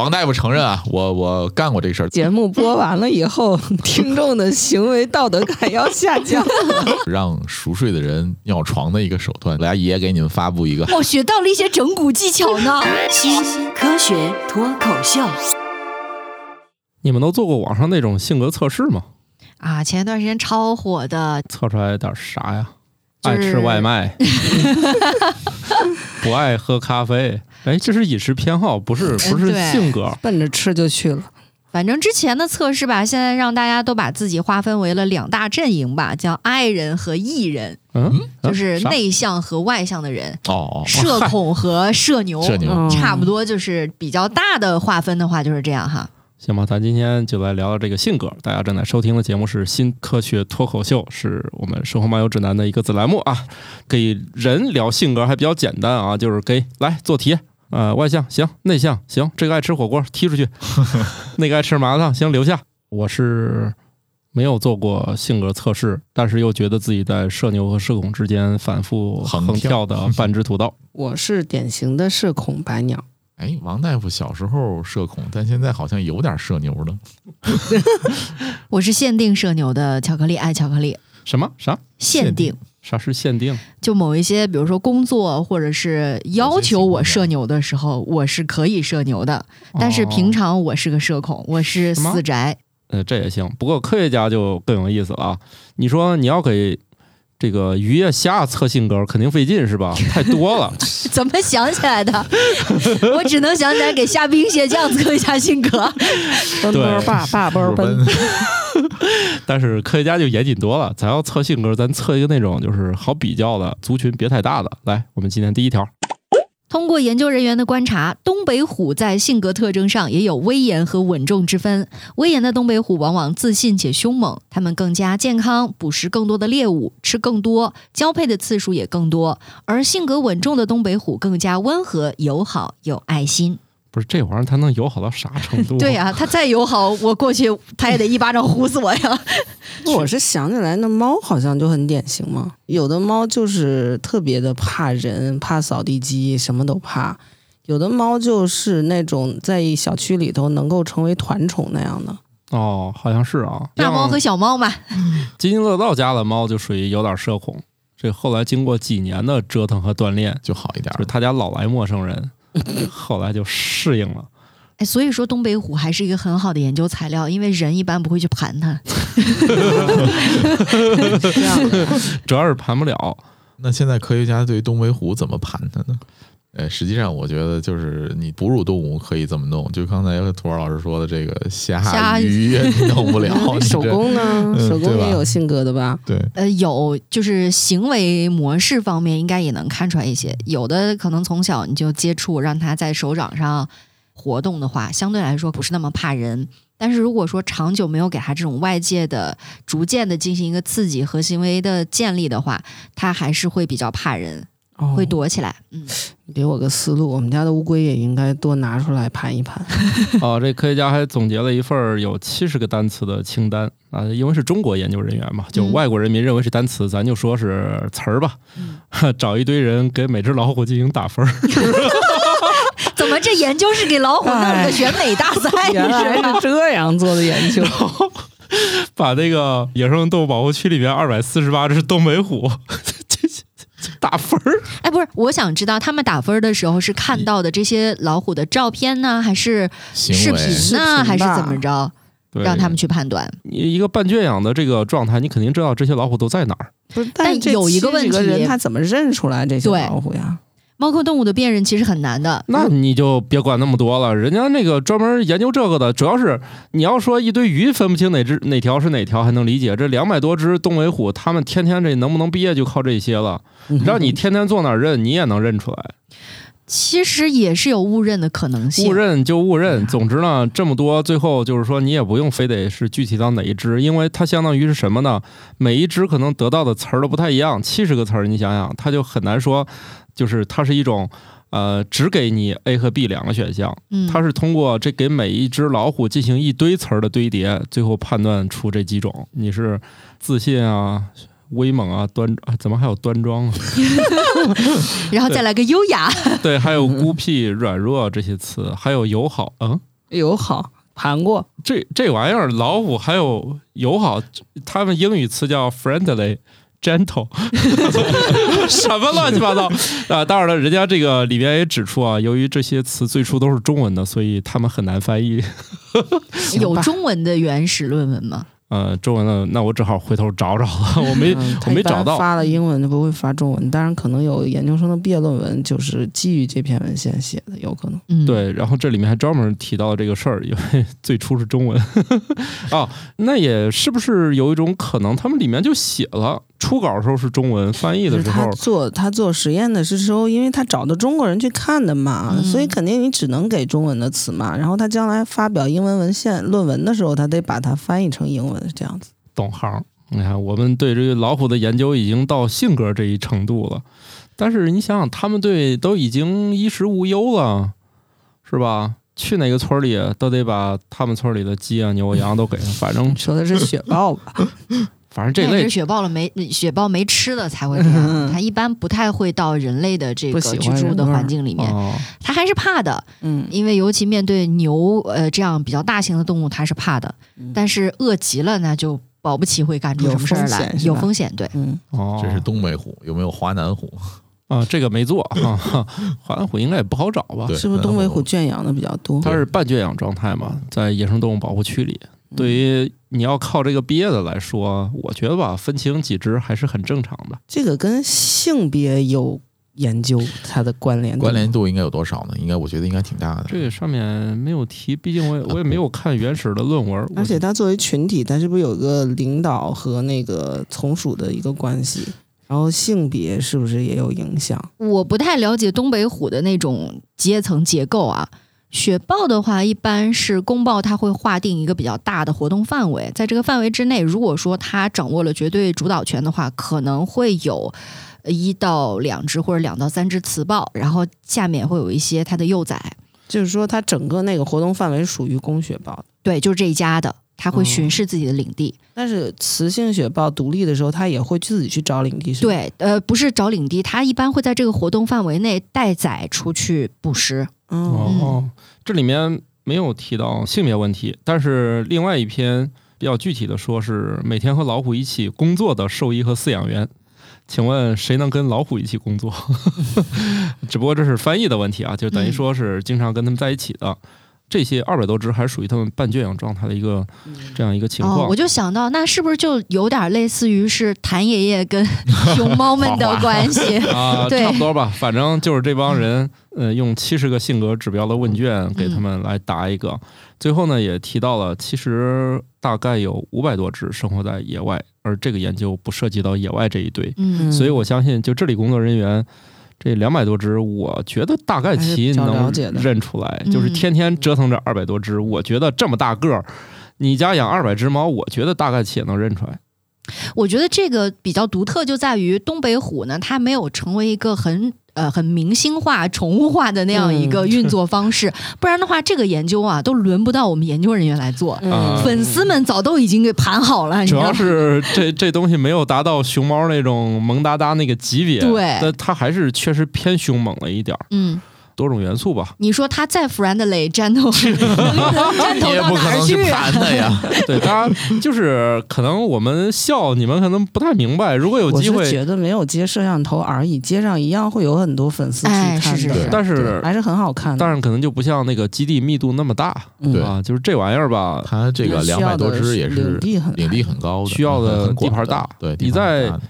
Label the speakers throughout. Speaker 1: 王大夫承认啊，我我干过这事儿，
Speaker 2: 节目播完了以后，听众的行为道德感要下降。
Speaker 1: 让熟睡的人尿床的一个手段。来，爷给你们发布一个，
Speaker 3: 我学到了一些整蛊技巧呢。新科学脱口秀
Speaker 4: 你们都做过网上那种性格测试吗？
Speaker 3: 啊，前一段时间超火的，
Speaker 4: 测出来点啥呀？
Speaker 3: 就是
Speaker 4: 爱吃外卖， 不爱喝咖啡。哎，这是饮食偏好，不是不是
Speaker 3: 嗯对
Speaker 4: 性格。
Speaker 2: 奔着吃就去了，
Speaker 3: 反正之前的测试吧，现在让大家都把自己划分为了两大阵营吧，叫 I 人和 E 人，
Speaker 4: 嗯，啊
Speaker 3: 就是
Speaker 4: 啥
Speaker 3: 内向和外向的人，
Speaker 1: 哦哦，
Speaker 3: 社恐和社牛，
Speaker 1: 社牛
Speaker 2: 嗯
Speaker 3: 差不多就是比较大的划分的话就是这样哈。
Speaker 4: 行吧，咱今天就来聊聊这个性格。大家正在收听的节目是《新科学脱口秀》，是我们《生活漫游指南》的一个子栏目啊。给人聊性格还比较简单啊，就是给来做题。呃，外向行，内向行，这个爱吃火锅踢 出去，那个爱吃麻辣烫行留下。我是没有做过性格测试，但是又觉得自己在社牛和社恐之间反复
Speaker 1: 横
Speaker 4: 横跳 的半只土豆。
Speaker 2: 我是典型的社恐白鸟，
Speaker 1: 哎，王大夫小时候社恐，但现在好像有点社牛了。
Speaker 3: 我是限定社牛的巧克力爱巧克力，
Speaker 4: 什么啥
Speaker 3: 限
Speaker 1: 限定
Speaker 3: 定
Speaker 4: 啥是限定？
Speaker 3: 就某一些，比如说工作或者是要求我社牛的时候，我是可以社牛的，但是平
Speaker 4: 常。
Speaker 3: 常我是个社恐，我是死宅。
Speaker 4: 呃，这也行。不过科学家就更有意思了啊！你说你要给这个渔业虾测性格，肯定费劲是吧？太多了。
Speaker 3: 怎么想起来的？ 我只能想起来给虾兵蟹将测一下性格。
Speaker 2: 奔波
Speaker 4: 对
Speaker 2: 爸爸
Speaker 1: 不是
Speaker 2: 奔奔
Speaker 1: 奔，
Speaker 4: 但是科学家就严谨多了，咱要测性格，咱测一个那种就是好比较的族群，别太大的。来，我们今天第一条，
Speaker 3: 通过研究人员的观察，东北虎在性格特征上也有威严和稳重之分。威严的东北虎往往自信且凶猛，它们更加健康，捕食更多的猎物，吃更多，交配的次数也更多；而性格稳重的东北虎更加温和、友好、有爱心。
Speaker 4: 不是这玩意儿它能友好到啥程度？啊
Speaker 3: 对、呀、它再友好，我过去它也得一巴掌呼死我呀！
Speaker 2: 我是想起来，那猫好像就很典型嘛。有的猫就是特别的怕人，怕扫地机，什么都怕；有的猫就是那种在一小区里头能够成为团宠那样的。
Speaker 4: 哦，好像是啊。
Speaker 3: 大猫和小猫嘛，
Speaker 4: 津津乐道家的猫就属于有点社恐，这后来经过几年的折腾和锻炼，
Speaker 1: 就好一点
Speaker 4: 就。是他家老来陌生人，后来就适应了。
Speaker 3: 哎，所以说东北虎还是一个很好的研究材料，因为人一般不会去盘它。
Speaker 2: 这样的
Speaker 4: 主要是盘不了，
Speaker 1: 那现在科学家对东北虎怎么盘它呢？呃，实际上我觉得就是你哺乳动物可以这么弄，就刚才土豆老师说的这个
Speaker 3: 虾
Speaker 1: 虾鱼也弄不了， 哦你这
Speaker 2: 手工呢，
Speaker 1: 嗯
Speaker 2: 手工
Speaker 1: 对吧
Speaker 2: 也有性格的吧？
Speaker 1: 对
Speaker 3: 呃，有就是行为模式方面，应该也能看出来一些。有的可能从小你就接触，让他在手掌上活动的话，相对来说不是那么怕人。但是如果说长久没有给他这种外界的逐渐的进行一个刺激和行为的建立的话，他还是会比较怕人，
Speaker 2: 哦
Speaker 3: 会躲起来。嗯，
Speaker 2: 给我个思路，我们家的乌龟也应该多拿出来盘一 盘。
Speaker 4: 哦，这科学家还总结了一份儿有七十个单词的清单啊，因为是中国研究人员嘛，就
Speaker 3: 嗯
Speaker 4: 外国人民认为是单词，咱就说是词儿吧。
Speaker 3: 嗯
Speaker 4: 找一堆人给每只老虎进行打分儿，
Speaker 3: 怎么这研究是给老虎弄了个选美大赛
Speaker 2: 哎 原来
Speaker 3: 是吧
Speaker 2: 是这样做的研究，
Speaker 4: 把那个野生动物保护区里边二百四十八只东北虎 这这这打分儿。
Speaker 3: 哎，不是，我想知道他们打分的时候是
Speaker 2: 嗯
Speaker 3: 看到的这些老虎的照片呢，还是视
Speaker 1: 行为
Speaker 3: 频
Speaker 2: 视频
Speaker 3: 呢，
Speaker 2: 吧
Speaker 3: 还是怎么着？
Speaker 4: 对
Speaker 3: 让他们去判断。
Speaker 4: 你一个半圈养的这个状态，你肯定知道这些老虎都在哪儿。
Speaker 2: 不是？
Speaker 3: 但
Speaker 2: 这
Speaker 3: 有一个
Speaker 2: 70几
Speaker 3: 问题
Speaker 2: 人他怎么认出来这些
Speaker 3: 对
Speaker 2: 老虎呀？
Speaker 3: 猫科动物的辨认其实很难的。嗯
Speaker 4: 那你就别管那么多了，人家那个专门研究这个的，主要是你要说一堆鱼分不清哪只哪条是哪条，还能理解。这两百多只东北虎，他们天天这能不能毕业就靠这些了。
Speaker 2: 嗯
Speaker 4: 让你天天坐那儿认，你也能认出来。
Speaker 3: 其实也是有误认的可能性。
Speaker 4: 误认就误认，总之呢，这么多，最后就是说你也不用非得是具体到哪一只，因为它相当于是什么呢？每一只可能得到的词儿都不太一样，七十个词儿，你想想，它就很难说，就是它是一种。呃，只给你 A 和 B 两个选项，
Speaker 3: 嗯，
Speaker 4: 它是通过这给每一只老虎进行一堆词儿的堆叠，最后判断出这几种。你是自信啊、威猛啊，端啊，怎么还有端庄啊？
Speaker 3: 然后再来个优雅，
Speaker 4: 对，还有孤僻、软弱这些词，还有友好。嗯，
Speaker 2: 友哎好盘过，
Speaker 4: 这这玩意儿，老虎还有友好，他们英语词叫 friendly。gentle，什么乱七八糟啊！当然了，人家这个里面也指出啊，由于这些词最初都是中文的，所以他们很难翻译。
Speaker 2: 行吧
Speaker 3: 有中文的原始论文吗？
Speaker 4: 呃，中文的，那我只好回头找找了，我没、
Speaker 2: 嗯他
Speaker 4: 我没
Speaker 2: 一般
Speaker 4: 找到。
Speaker 2: 发了英文就不会发中文，当然可能有研究生的毕业论文就是基于这篇文献写的，有可能。
Speaker 3: 嗯，，
Speaker 4: 对，然后这里面还专门提到了这个事儿，因为 最初是中文哦，那也是不是有一种可能，他们里面就写了初稿的时候是中文，翻译
Speaker 2: 就
Speaker 4: 的
Speaker 2: 是
Speaker 4: 时
Speaker 2: 他
Speaker 4: 候
Speaker 2: 做他做实验的是时候，因为他找的中国人去看的嘛，
Speaker 3: 嗯
Speaker 2: 所以肯定你只能给中文的词嘛。然后他将来发表英文文献论文的时候，他得把它翻译成英文，是这样子。
Speaker 4: 懂行。你看，哎我们对这个老虎的研究已经到性格这一程度了，但是你想想，他们对都已经衣食无忧了，是吧？去哪个村儿里都得把他们村儿里的鸡啊、牛啊、羊都给他，反正
Speaker 2: 说的是 雪豹吧？
Speaker 4: 反正这
Speaker 3: 也
Speaker 4: 类
Speaker 3: 是雪豹了没雪豹没吃的才会这样，
Speaker 2: 嗯
Speaker 3: 它一般不太会到人类的这个
Speaker 2: 不喜欢
Speaker 3: 居住
Speaker 2: 人
Speaker 3: 的
Speaker 2: 味儿
Speaker 3: 环境里面，
Speaker 4: 哦，
Speaker 3: 它还是怕的。
Speaker 2: 嗯，
Speaker 3: 因为尤其面对牛呃这样比较大型的动物，它是怕的，
Speaker 2: 嗯
Speaker 3: 但是饿极了那就保不齐会干出
Speaker 2: 有
Speaker 3: 什么事儿
Speaker 2: 风
Speaker 3: 来
Speaker 2: 险，是
Speaker 3: 有
Speaker 2: 吧
Speaker 3: 风险。对，
Speaker 2: 嗯，
Speaker 4: 哦
Speaker 1: 这是东北虎，有没有华南虎？
Speaker 4: 啊，这个没做啊，哈华南虎应该也哦不好找吧？
Speaker 1: 对
Speaker 2: 是不是东北
Speaker 1: 然
Speaker 2: 虎
Speaker 1: 后
Speaker 2: 圈养的比较多嗯
Speaker 4: 它？是半圈养状态
Speaker 1: 嗯
Speaker 4: 嘛，在野生动物保护区里。
Speaker 2: 嗯
Speaker 4: 对于你要靠这个鳖的来说，我觉得吧，分清几只还是很正常的。
Speaker 2: 这个跟性别有研究，它的关联度
Speaker 1: 关联度应该有多少呢？应该我觉得应该挺大的。
Speaker 4: 这个上面没有提，毕竟我也我也没有看原始的论文。我
Speaker 2: 而且它作为群体，它是不是有个领导和那个从属的一个关系？然后性别是不是也有影响？
Speaker 3: 我不太了解东北虎的那种阶层结构啊。雪豹的话，一般是公豹，它会划定一个比较大的活动范围，在这个范围之内，如果说它掌握了绝对主导权的话，可能会有呃一到两只或者两到三只雌豹，然后下面会有一些它的幼崽。
Speaker 2: 就是说，它整个那个活动范围属于公雪豹的，
Speaker 3: 对，就是这一家的，它会
Speaker 4: 哦
Speaker 3: 巡视自己的领地。
Speaker 2: 但是雌性雪豹独立的时候，它也会自己去找领地，是吧？
Speaker 3: 对，呃，不是找领地，它一般会在这个活动范围内带崽出去捕食。
Speaker 2: 哦，
Speaker 4: 哦，这里面没有提到性别问题，但是另外一篇比较具体的说是每天和老虎一起工作的兽医和饲养员。请问谁能跟老虎一起工作？ 只不过这是翻译的问题啊，就等于说是经常跟他们在一起的。这些二百多只还属于他们半圈养状态的一个
Speaker 2: 嗯
Speaker 4: 这样一个情
Speaker 3: 哦
Speaker 4: 况，
Speaker 3: 我。就想到，那是不是就有点类似于是谭爷爷跟 熊猫们的关系？
Speaker 4: 啊，
Speaker 3: 对
Speaker 4: 差不多吧，反正就是这帮人，
Speaker 2: 嗯
Speaker 4: 呃，用七十个性格指标的问卷给他们来答一个。
Speaker 2: 嗯
Speaker 4: 最后呢，也提到了，其实大概有五百多只生活在野外，而这个研究不涉及到野外这一堆，
Speaker 3: 嗯，
Speaker 4: 所以我相信，就这里工作人员。这两百多只，我觉得大概
Speaker 2: 还是
Speaker 4: 其
Speaker 2: 比较
Speaker 4: 能
Speaker 2: 了解的
Speaker 4: 认出来，就是
Speaker 3: 嗯
Speaker 4: 天天折腾这二百多只，我觉得这么大个儿，你家养二百只猫，我觉得大概其也能认出来。
Speaker 3: 我觉得这个比较独特，就在于东北虎呢，它没有成为一个很。呃，很明星化、宠物化的那样一
Speaker 4: 嗯
Speaker 3: 个运作方式，不然的话，这个研究啊，都轮不到我们研究人员来做。
Speaker 4: 啊
Speaker 3: 粉丝们早都已经给盘好了，你知
Speaker 4: 主
Speaker 3: 道
Speaker 4: 要
Speaker 3: 吗？
Speaker 4: 是这这东西没有达到熊猫那种萌哒哒那个级别，
Speaker 3: 对
Speaker 4: 但它还是确实偏凶猛了一点儿，
Speaker 3: 嗯，。
Speaker 4: 多种元素吧
Speaker 3: 你说他再 friendly 战斗，战
Speaker 1: 你
Speaker 3: 斗
Speaker 1: 也
Speaker 3: 到
Speaker 1: 不可
Speaker 3: 哪儿
Speaker 1: 能
Speaker 3: 去啊
Speaker 1: 去？盘它呀。
Speaker 4: 对，大家就是可能我们笑，你们可能不太明白。如果有
Speaker 2: 我
Speaker 4: 机
Speaker 2: 是
Speaker 4: 会，
Speaker 2: 觉得没有接摄像头而已，街上一样会有很多粉丝去
Speaker 3: 哎
Speaker 2: 看
Speaker 3: 是
Speaker 2: 的，
Speaker 3: 是是
Speaker 4: 但是
Speaker 2: 还是很好看的。
Speaker 4: 但是可能就不像那个基地密度那么大、
Speaker 2: 嗯
Speaker 1: 对
Speaker 4: 啊，就是这玩意儿吧。
Speaker 1: 它这个
Speaker 2: 需
Speaker 1: 两
Speaker 2: 要
Speaker 1: 百多
Speaker 2: 的
Speaker 1: 只也
Speaker 2: 领
Speaker 1: 是
Speaker 2: 地很
Speaker 1: 领地很高的，
Speaker 4: 需要的
Speaker 1: 很广
Speaker 4: 地盘大
Speaker 1: 对，地
Speaker 4: 你
Speaker 1: 盘很大的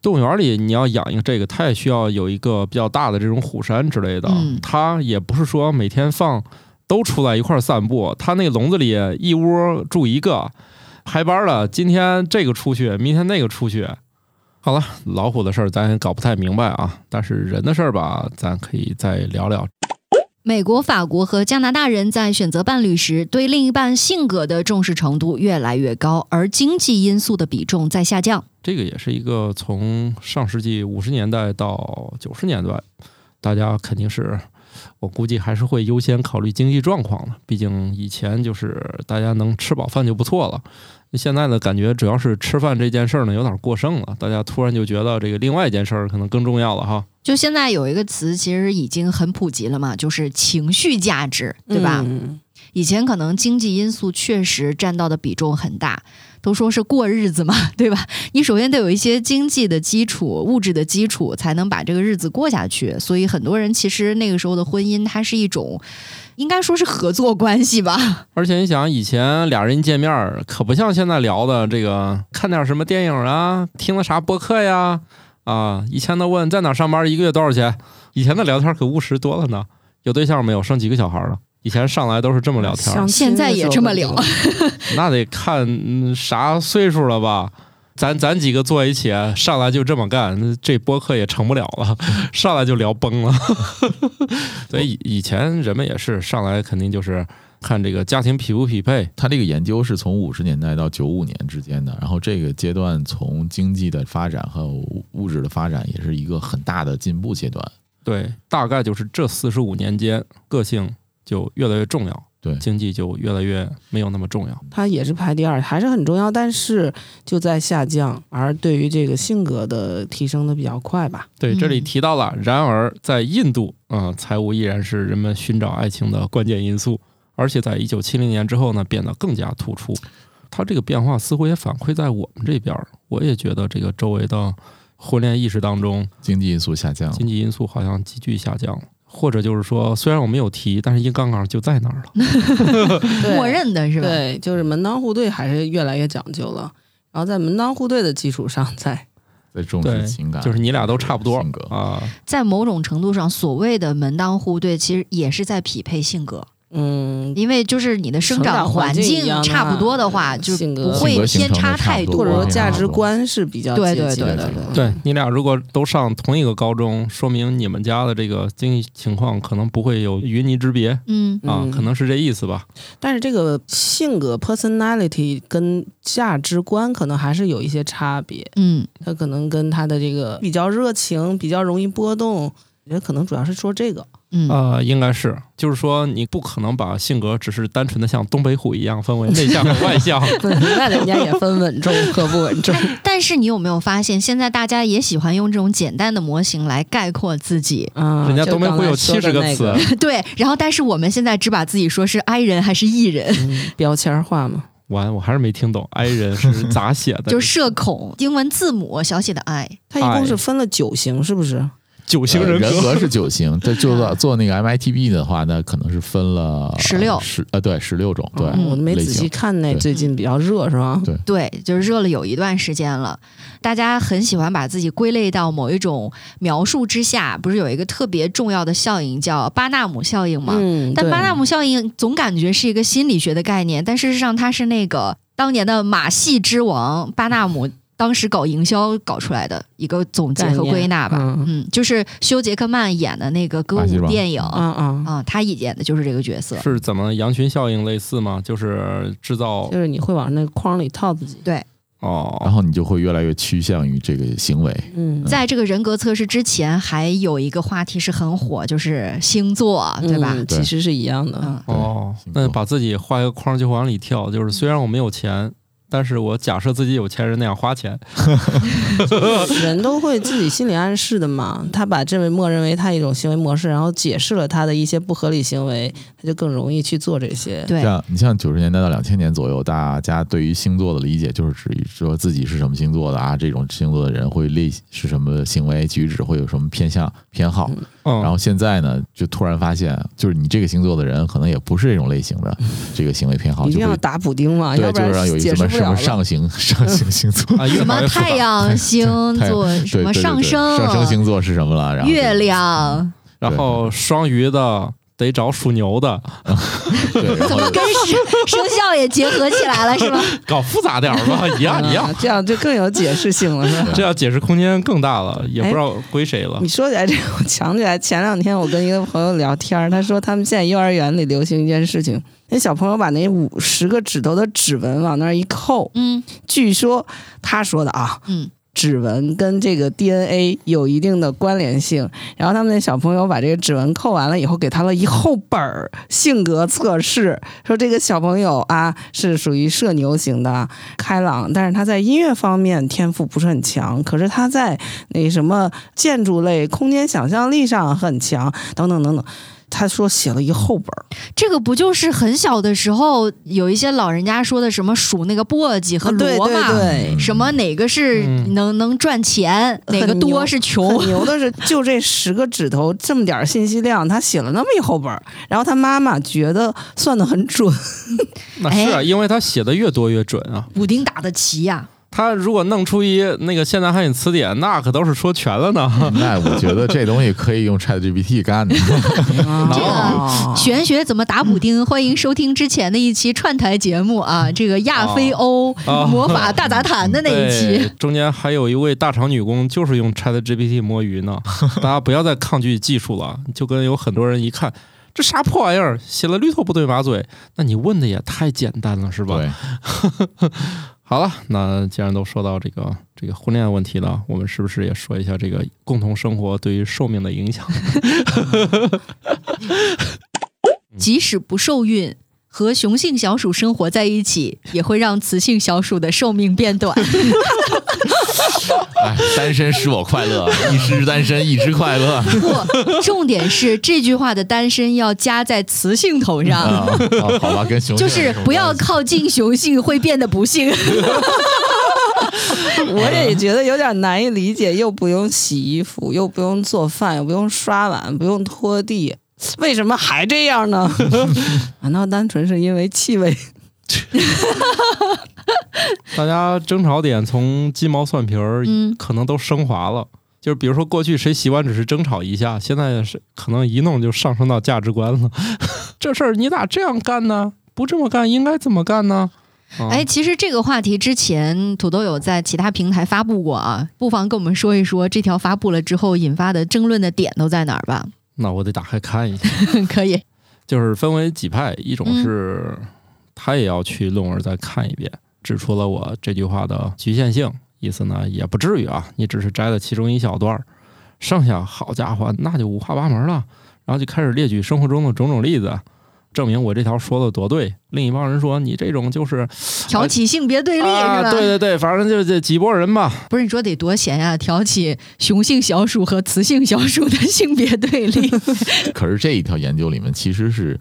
Speaker 4: 动物园里你要养一个这个，它也需要有一个比较大的这种虎山之类的，
Speaker 3: 嗯
Speaker 4: 它也不是说每天放都出来一块儿散步，它那笼子里一窝住一个，排班了，今天这个出去，明天那个出去。好了，老虎的事儿咱也搞不太明白啊，但是人的事儿吧，咱可以再聊聊。
Speaker 3: 美国、法国和加拿大人在选择伴侣时，对另一半性格的重视程度越来越高，而经济因素的比重在下降。
Speaker 4: 这个也是一个从上世纪五十年代到九十年代，大家肯定是，呃我估计还是会优先考虑经济状况的。毕竟以前就是大家能吃饱饭就不错了，现在的感觉主要是吃饭这件事儿呢有点过剩了，大家突然就觉得这个另外一件事儿可能更重要了哈。
Speaker 3: 就现在有一个词其实已经很普及了嘛，就是情绪价值，对吧？
Speaker 2: 嗯
Speaker 3: 以前可能经济因素确实占到的比重很大，都说是过日子嘛， 对吧？你首先得有一些经济的基础、物质的基础，才能把这个日子过下去。所以很多人其实那个时候的婚姻，它是一种应该说是合作关系吧。
Speaker 4: 而且你想，以前俩人一见面儿，可不像现在聊的这个，看点什么电影啊，听了啥播客呀，啊，以前都问在哪上班，一个月多少钱，以前的聊天可务实多了呢。有对象没有？生几个小孩了？以前上来都是这么聊天儿
Speaker 2: 相，亲
Speaker 3: 现在
Speaker 2: 的时
Speaker 3: 也
Speaker 2: 候
Speaker 3: 这么
Speaker 2: 就
Speaker 3: 聊，
Speaker 4: 那得看、嗯啥岁数了吧。咱咱几个坐一起，上来就这么干，那这播客也成不了了， 上来就聊崩了。 所以以以前人们也是上来肯定就是看这个家庭匹不匹配，
Speaker 1: 他这个研究是从五十年代到九五年之间的，然后这个阶段从经济的发展和物质的发展也是一个很大的进步阶段。
Speaker 4: 对，大概就是这四十五年间，个性就越来越重要，
Speaker 1: 对
Speaker 4: 经济就越来越没有那么重要。
Speaker 2: 它也是排第二，还是很重要，但是就在下降，而对于这个性格的提升的比较快吧。
Speaker 4: 对，这里
Speaker 3: 嗯
Speaker 4: 提到了，然而在印度，啊、财务依然是人们寻找爱情的关键因素，而且在一九七零年之后呢，变得更加突出。它这个变化似乎也反馈在我们这边儿，我也觉得这个周围的婚恋意识当中，
Speaker 1: 经济因素下降，
Speaker 4: 经济因素好像急剧下降了。或者就是说，虽然我没有提，但是硬杠杠就在那儿了。
Speaker 2: 对
Speaker 3: 默认的是吧？
Speaker 2: 对，就是门当户对还是越来越讲究了，然后在门当户对的基础上再
Speaker 1: 在重
Speaker 4: 对
Speaker 1: 视情感，呃
Speaker 4: 就是你俩都差不多
Speaker 1: 性格
Speaker 4: 啊，
Speaker 3: 在某种程度上，所谓的门当户对，其实也是在匹配性格，
Speaker 2: 嗯，
Speaker 3: 因为就是你的生
Speaker 2: 成长
Speaker 3: 环
Speaker 2: 环境一样
Speaker 3: 差不多的话，
Speaker 2: 那
Speaker 3: 就
Speaker 2: 性
Speaker 3: 不
Speaker 2: 格
Speaker 3: 会
Speaker 1: 性格
Speaker 3: 偏
Speaker 1: 形成
Speaker 3: 差
Speaker 1: 的
Speaker 3: 太
Speaker 1: 差不
Speaker 3: 多，
Speaker 1: 多
Speaker 2: 或者说
Speaker 1: 这
Speaker 2: 价
Speaker 1: 样
Speaker 2: 值观是比较接近
Speaker 3: 对
Speaker 2: 的。
Speaker 3: 对对对对
Speaker 4: 对你俩如果都上同一个高中，说明你们家的这个经济情况可能不会有云泥之别
Speaker 3: 嗯，
Speaker 4: 啊，
Speaker 2: 嗯
Speaker 4: 可能是这意思吧。
Speaker 2: 但是这个性格 personality 跟价值观可能还是有一些差别，
Speaker 3: 嗯，
Speaker 2: 他可能跟他的这个比较热情，比较容易波动，我觉得可能主要是说这 个。
Speaker 3: 嗯，
Speaker 4: 呃，应该是，就是说你不可能把性格只是单纯的像东北虎一样分为内向和 外向。
Speaker 2: 啊那人家也分稳重和不稳重，
Speaker 3: 但是你有没有发现，现在大家也喜欢用这种简单的模型来概括自己？
Speaker 2: 啊，
Speaker 4: 人家
Speaker 2: 就是
Speaker 4: 东北
Speaker 2: 刚
Speaker 4: 虎
Speaker 2: 才
Speaker 4: 有
Speaker 2: 说
Speaker 4: 七
Speaker 2: 的
Speaker 4: 十个
Speaker 2: 那
Speaker 4: 词，
Speaker 3: 对，然后但是我们现在只把自己说是 I 人还是 E 人，
Speaker 2: 嗯标签化嘛。
Speaker 4: 完我还是没听懂，I 人是咋写 的？
Speaker 3: 就社恐，英文字母小写的 I，
Speaker 2: 它一
Speaker 4: 哎
Speaker 2: 共是分了九型，是不是？
Speaker 4: 九型
Speaker 1: 呃
Speaker 4: 人
Speaker 1: 人
Speaker 4: 格。
Speaker 1: 格是九 型，这就做做那个 MITB 的话，那可能是分了
Speaker 3: 16
Speaker 1: 十呃对十六种，对
Speaker 2: 嗯我没
Speaker 1: 类
Speaker 2: 仔
Speaker 1: 型
Speaker 2: 细看那
Speaker 1: 对
Speaker 2: 最近比较热是吧？
Speaker 3: 对，就是热了有一段时间了。大家很喜欢把自己归类到某一种描述之下，不是有一个特别重要的效应叫巴纳姆效应吗？
Speaker 2: 嗯，
Speaker 3: 但
Speaker 2: 对
Speaker 3: 巴纳姆效应总感觉是一个心理学的概念，但事实上它是那个当年的马戏之王巴纳姆当时搞营销搞出来的一个总结
Speaker 2: 概
Speaker 3: 和
Speaker 2: 念
Speaker 3: 归纳吧。
Speaker 2: 嗯
Speaker 3: 嗯，就是休·杰克曼演的那个歌
Speaker 1: 马戏之
Speaker 3: 舞
Speaker 1: 王
Speaker 3: 电影
Speaker 2: 啊
Speaker 3: 啊、
Speaker 2: 啊，
Speaker 3: 他演的就是这个角色。
Speaker 4: 是怎么羊群效应类似吗？就是制造
Speaker 2: 就是你会往那个框里套自己。
Speaker 1: 然
Speaker 4: 哦，
Speaker 1: 后你就会越来越趋向于这个行为。
Speaker 2: 嗯，
Speaker 3: 在这个人格测试之前，还有一个话题是很火，就是星座，对吧？
Speaker 2: 嗯
Speaker 1: 对
Speaker 2: 其实是一样的。
Speaker 3: 嗯，
Speaker 4: 哦
Speaker 1: 对，
Speaker 4: 那把自己画一个框就往里跳，就是虽然我没有钱，但是我假设自己有钱人那样花钱，
Speaker 2: 人都会自己心理暗示的嘛，他把这位默认为他一种行为模式，然后解释了他的一些不合理行为，他就更容易去做这些。
Speaker 3: 对，
Speaker 1: 像你像九十年代到两千年左右，大家对于星座的理解就是指说自己是什么星座的啊，这种星座的人会类是什么行为举止，会有什么偏向偏好。
Speaker 2: 嗯
Speaker 4: 嗯，
Speaker 1: 然后现在呢，就突然发现，就是你这个星座的人可能也不是这种类型 的，这个行为偏好
Speaker 2: 一
Speaker 1: 就
Speaker 2: 定要
Speaker 1: 会
Speaker 2: 打补丁嘛，
Speaker 1: 对，
Speaker 2: 要不
Speaker 1: 就是
Speaker 2: 然
Speaker 1: 让有一
Speaker 2: 解
Speaker 1: 什
Speaker 2: 释
Speaker 1: 么
Speaker 2: 不
Speaker 1: 什
Speaker 2: 了嗯
Speaker 1: 么
Speaker 2: 了。
Speaker 1: 上行上行星座，
Speaker 4: 啊，越
Speaker 3: 什
Speaker 4: 来
Speaker 3: 么
Speaker 4: 越复杂
Speaker 3: 太阳星座，什
Speaker 1: 对
Speaker 3: 么
Speaker 1: 对对
Speaker 3: 上
Speaker 1: 对
Speaker 3: 升、
Speaker 1: 上升星座是什么了？然后
Speaker 3: 月 亮，
Speaker 4: 然后双鱼的得找属牛的，
Speaker 1: 对，然
Speaker 3: 怎
Speaker 1: 后
Speaker 3: 么跟生生肖也结合起来了，是吧？
Speaker 4: 搞复杂点儿吧，一样
Speaker 3: 嗯
Speaker 4: 一样
Speaker 2: 啊，，这样就更有解释性了，是 吧？
Speaker 4: 这样解释空间更大了，也
Speaker 3: 哎
Speaker 4: 不知道归谁了
Speaker 2: 你。说起来这个，我想起来前两天我跟一个朋友聊天儿，他说他们现在幼儿园里流行一件事情，那小朋友把那五十个指头的指纹往那儿一扣，
Speaker 3: 嗯
Speaker 2: 据说他说的啊，
Speaker 3: 嗯，
Speaker 2: 指纹跟这个 DNA 有一定的关联性，然后他们那小朋友把这个指纹扣完了以后，给他了一厚本儿性格测试，说这个小朋友啊是属于社牛型的开朗，但是他在音乐方面天赋不是很强，可是他在那什么建筑类、空间想象力上很强，等等等等。他说写了一厚本儿，
Speaker 3: 这个不就是很小的时候有一些老人家说的什么数那个簸箕和
Speaker 2: 啊对
Speaker 3: 箩
Speaker 2: 对
Speaker 3: 嘛？
Speaker 2: 对，
Speaker 1: 嗯
Speaker 3: 什么哪个是
Speaker 4: 嗯
Speaker 3: 能、能赚钱，
Speaker 2: 很
Speaker 3: 哪个多是穷
Speaker 2: 很？ 牛的是，就这十个指头这么点儿信息量，他写了那么一厚本儿，然后他妈妈觉得算的很 准，
Speaker 4: 那是啊，
Speaker 3: 哎
Speaker 4: 因为他写的越多越准啊。
Speaker 3: 补丁打得齐呀、
Speaker 4: 他如果弄出一那个现代汉语词典，那可都是说全了呢。
Speaker 1: 那我觉得这东西可以用 ChatGPT 干的。
Speaker 2: 啊这啊
Speaker 3: 个玄学怎么打补丁？欢迎收听之前的一期串台节目啊，这个亚非欧
Speaker 4: 哦
Speaker 3: 魔法大杂谈的那一期。
Speaker 4: 对，中间还有一位大厂女工，就是用 Chat GPT 摸鱼 呢。大家不要再抗拒技术了，就跟有很多人一看这啥破玩意儿，写了驴头不对马嘴，那你问的也太简单了，是吧？
Speaker 1: 对，
Speaker 4: 好了，那既然都说到这个这个婚恋问题了，我们是不是也说一下这个共同生活对于寿命的影响？
Speaker 3: 即使不受孕，和雄性小鼠生活在一起，也会让雌性小鼠的寿命变短。
Speaker 1: 哎，单身使我快乐， 一只单身一只快
Speaker 3: 啊
Speaker 1: 乐。
Speaker 3: 不，重点是这句话的单身要加在雌性头
Speaker 1: 啊
Speaker 3: 上，，
Speaker 1: 啊好吧，跟熊
Speaker 3: 就
Speaker 1: 性有
Speaker 3: 是
Speaker 1: 什么
Speaker 3: 不要
Speaker 1: 关系
Speaker 3: 靠近雄性会变得不 幸。
Speaker 2: 我也觉得有点难以理解，又不用洗衣服，又不用做饭，又不用刷碗，不用拖地，为什么还这样呢？ 难道单纯是因为气味？
Speaker 4: 大家争吵点从鸡毛蒜皮儿，
Speaker 3: 嗯
Speaker 4: 可能都升华了。就是比如说，过去谁洗碗只是争吵一下，现在是可能一弄就上升到价值观了。 这事儿你咋这样干呢？不这么干应该怎么干呢？啊
Speaker 3: 哎，，其实这个话题之前土豆有在其他平台发布过啊，不妨跟我们说一说这条发布了之后引发的争论的点都在哪儿吧？
Speaker 4: 那我得打开看一下。
Speaker 3: 可以，
Speaker 4: 就是分为几派，一种
Speaker 3: 嗯
Speaker 4: 是他也要去论文再看一遍，指出了我这句话的局限性，意思呢也不至于啊，你只是摘了其中一小段儿，剩下好家伙那就五花八门了，然后就开始列举生活中的种种例子。证明我这条说的多对，另一帮人说你这种就是
Speaker 3: 挑起性别对立、是
Speaker 4: 啊，
Speaker 3: 吧？
Speaker 4: 对对对，反正就这几拨人吧，
Speaker 3: 不是你说得多闲呀、挑起雄性小鼠和雌性小鼠的性别对 立。
Speaker 1: 可是这一条研究里面其实是，